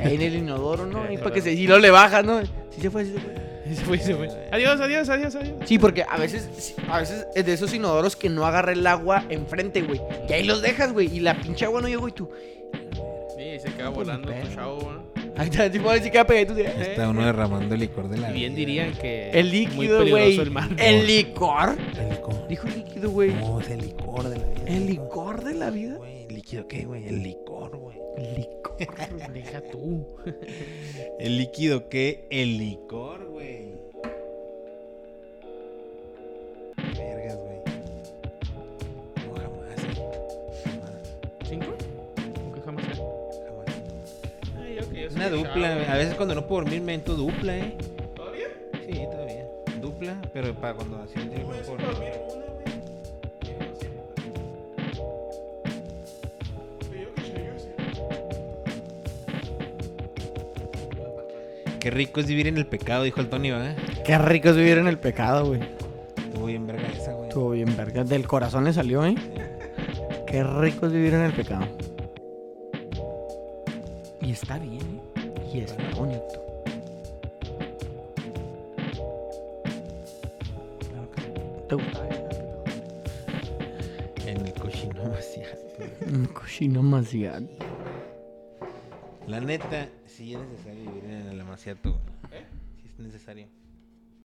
C: Ahí en el inodoro,
A: Sí,
C: ¿no? Y
A: claro.
C: para que se. Y lo le bajas, ¿no? Sí se fue, sí se fue.
A: Ese fue, ese fue. Adiós, adiós, adiós, adiós.
C: Sí, porque a veces, sí, a veces es de esos inodoros que no agarra el agua enfrente, güey. Y ahí los dejas, güey. Y la pinche agua no llegó y tú. [laughs]
A: Sí, y se queda
C: Pues,
A: volando tu chavo, güey.
C: Ahí está, tipo, ahí se queda pegadito. sí, eh.
D: Está uno derramando el licor de la
A: Y bien
D: vida.
A: dirían que.
C: El
A: muy
C: líquido,
A: peligroso
C: güey.
A: el mar.
C: El licor.
D: El licor.
C: Dijo líquido, güey.
D: No, es el licor de la vida.
C: El licor de la vida.
D: Güey, ¿el líquido qué, güey? El licor, güey.
C: El licor.
A: Deja tú.
D: ¿El líquido qué? El licor, güey. Vergas, güey. No, jamás, eh. Jamás,
A: ¿Cinco? ¿Qué jamás era?
D: jamás.
A: Ay, yo que yo soy
D: Una
A: el
D: dupla,
A: chavo,
D: güey. A veces cuando no puedo dormir me entro dupla, eh.
A: ¿Todavía?
D: Sí, todavía. Dupla, pero para cuando así no tengo por Qué rico es vivir en el pecado, dijo el Tony, ¿verdad?
C: Qué rico es vivir en el pecado, güey.
D: Estuvo bien verga esa, güey.
C: Estuvo bien, verga. Del corazón le salió, ¿eh? Qué rico es vivir en el pecado. Y está bien, ¿eh? Y está bonito. ¿Te gusta?
D: En el cochino [laughs] vaciado.
C: Un Mm, cochino maciado.
D: La neta, sí es necesario vivir en el amaciato, güey. ¿Eh? Sí es necesario.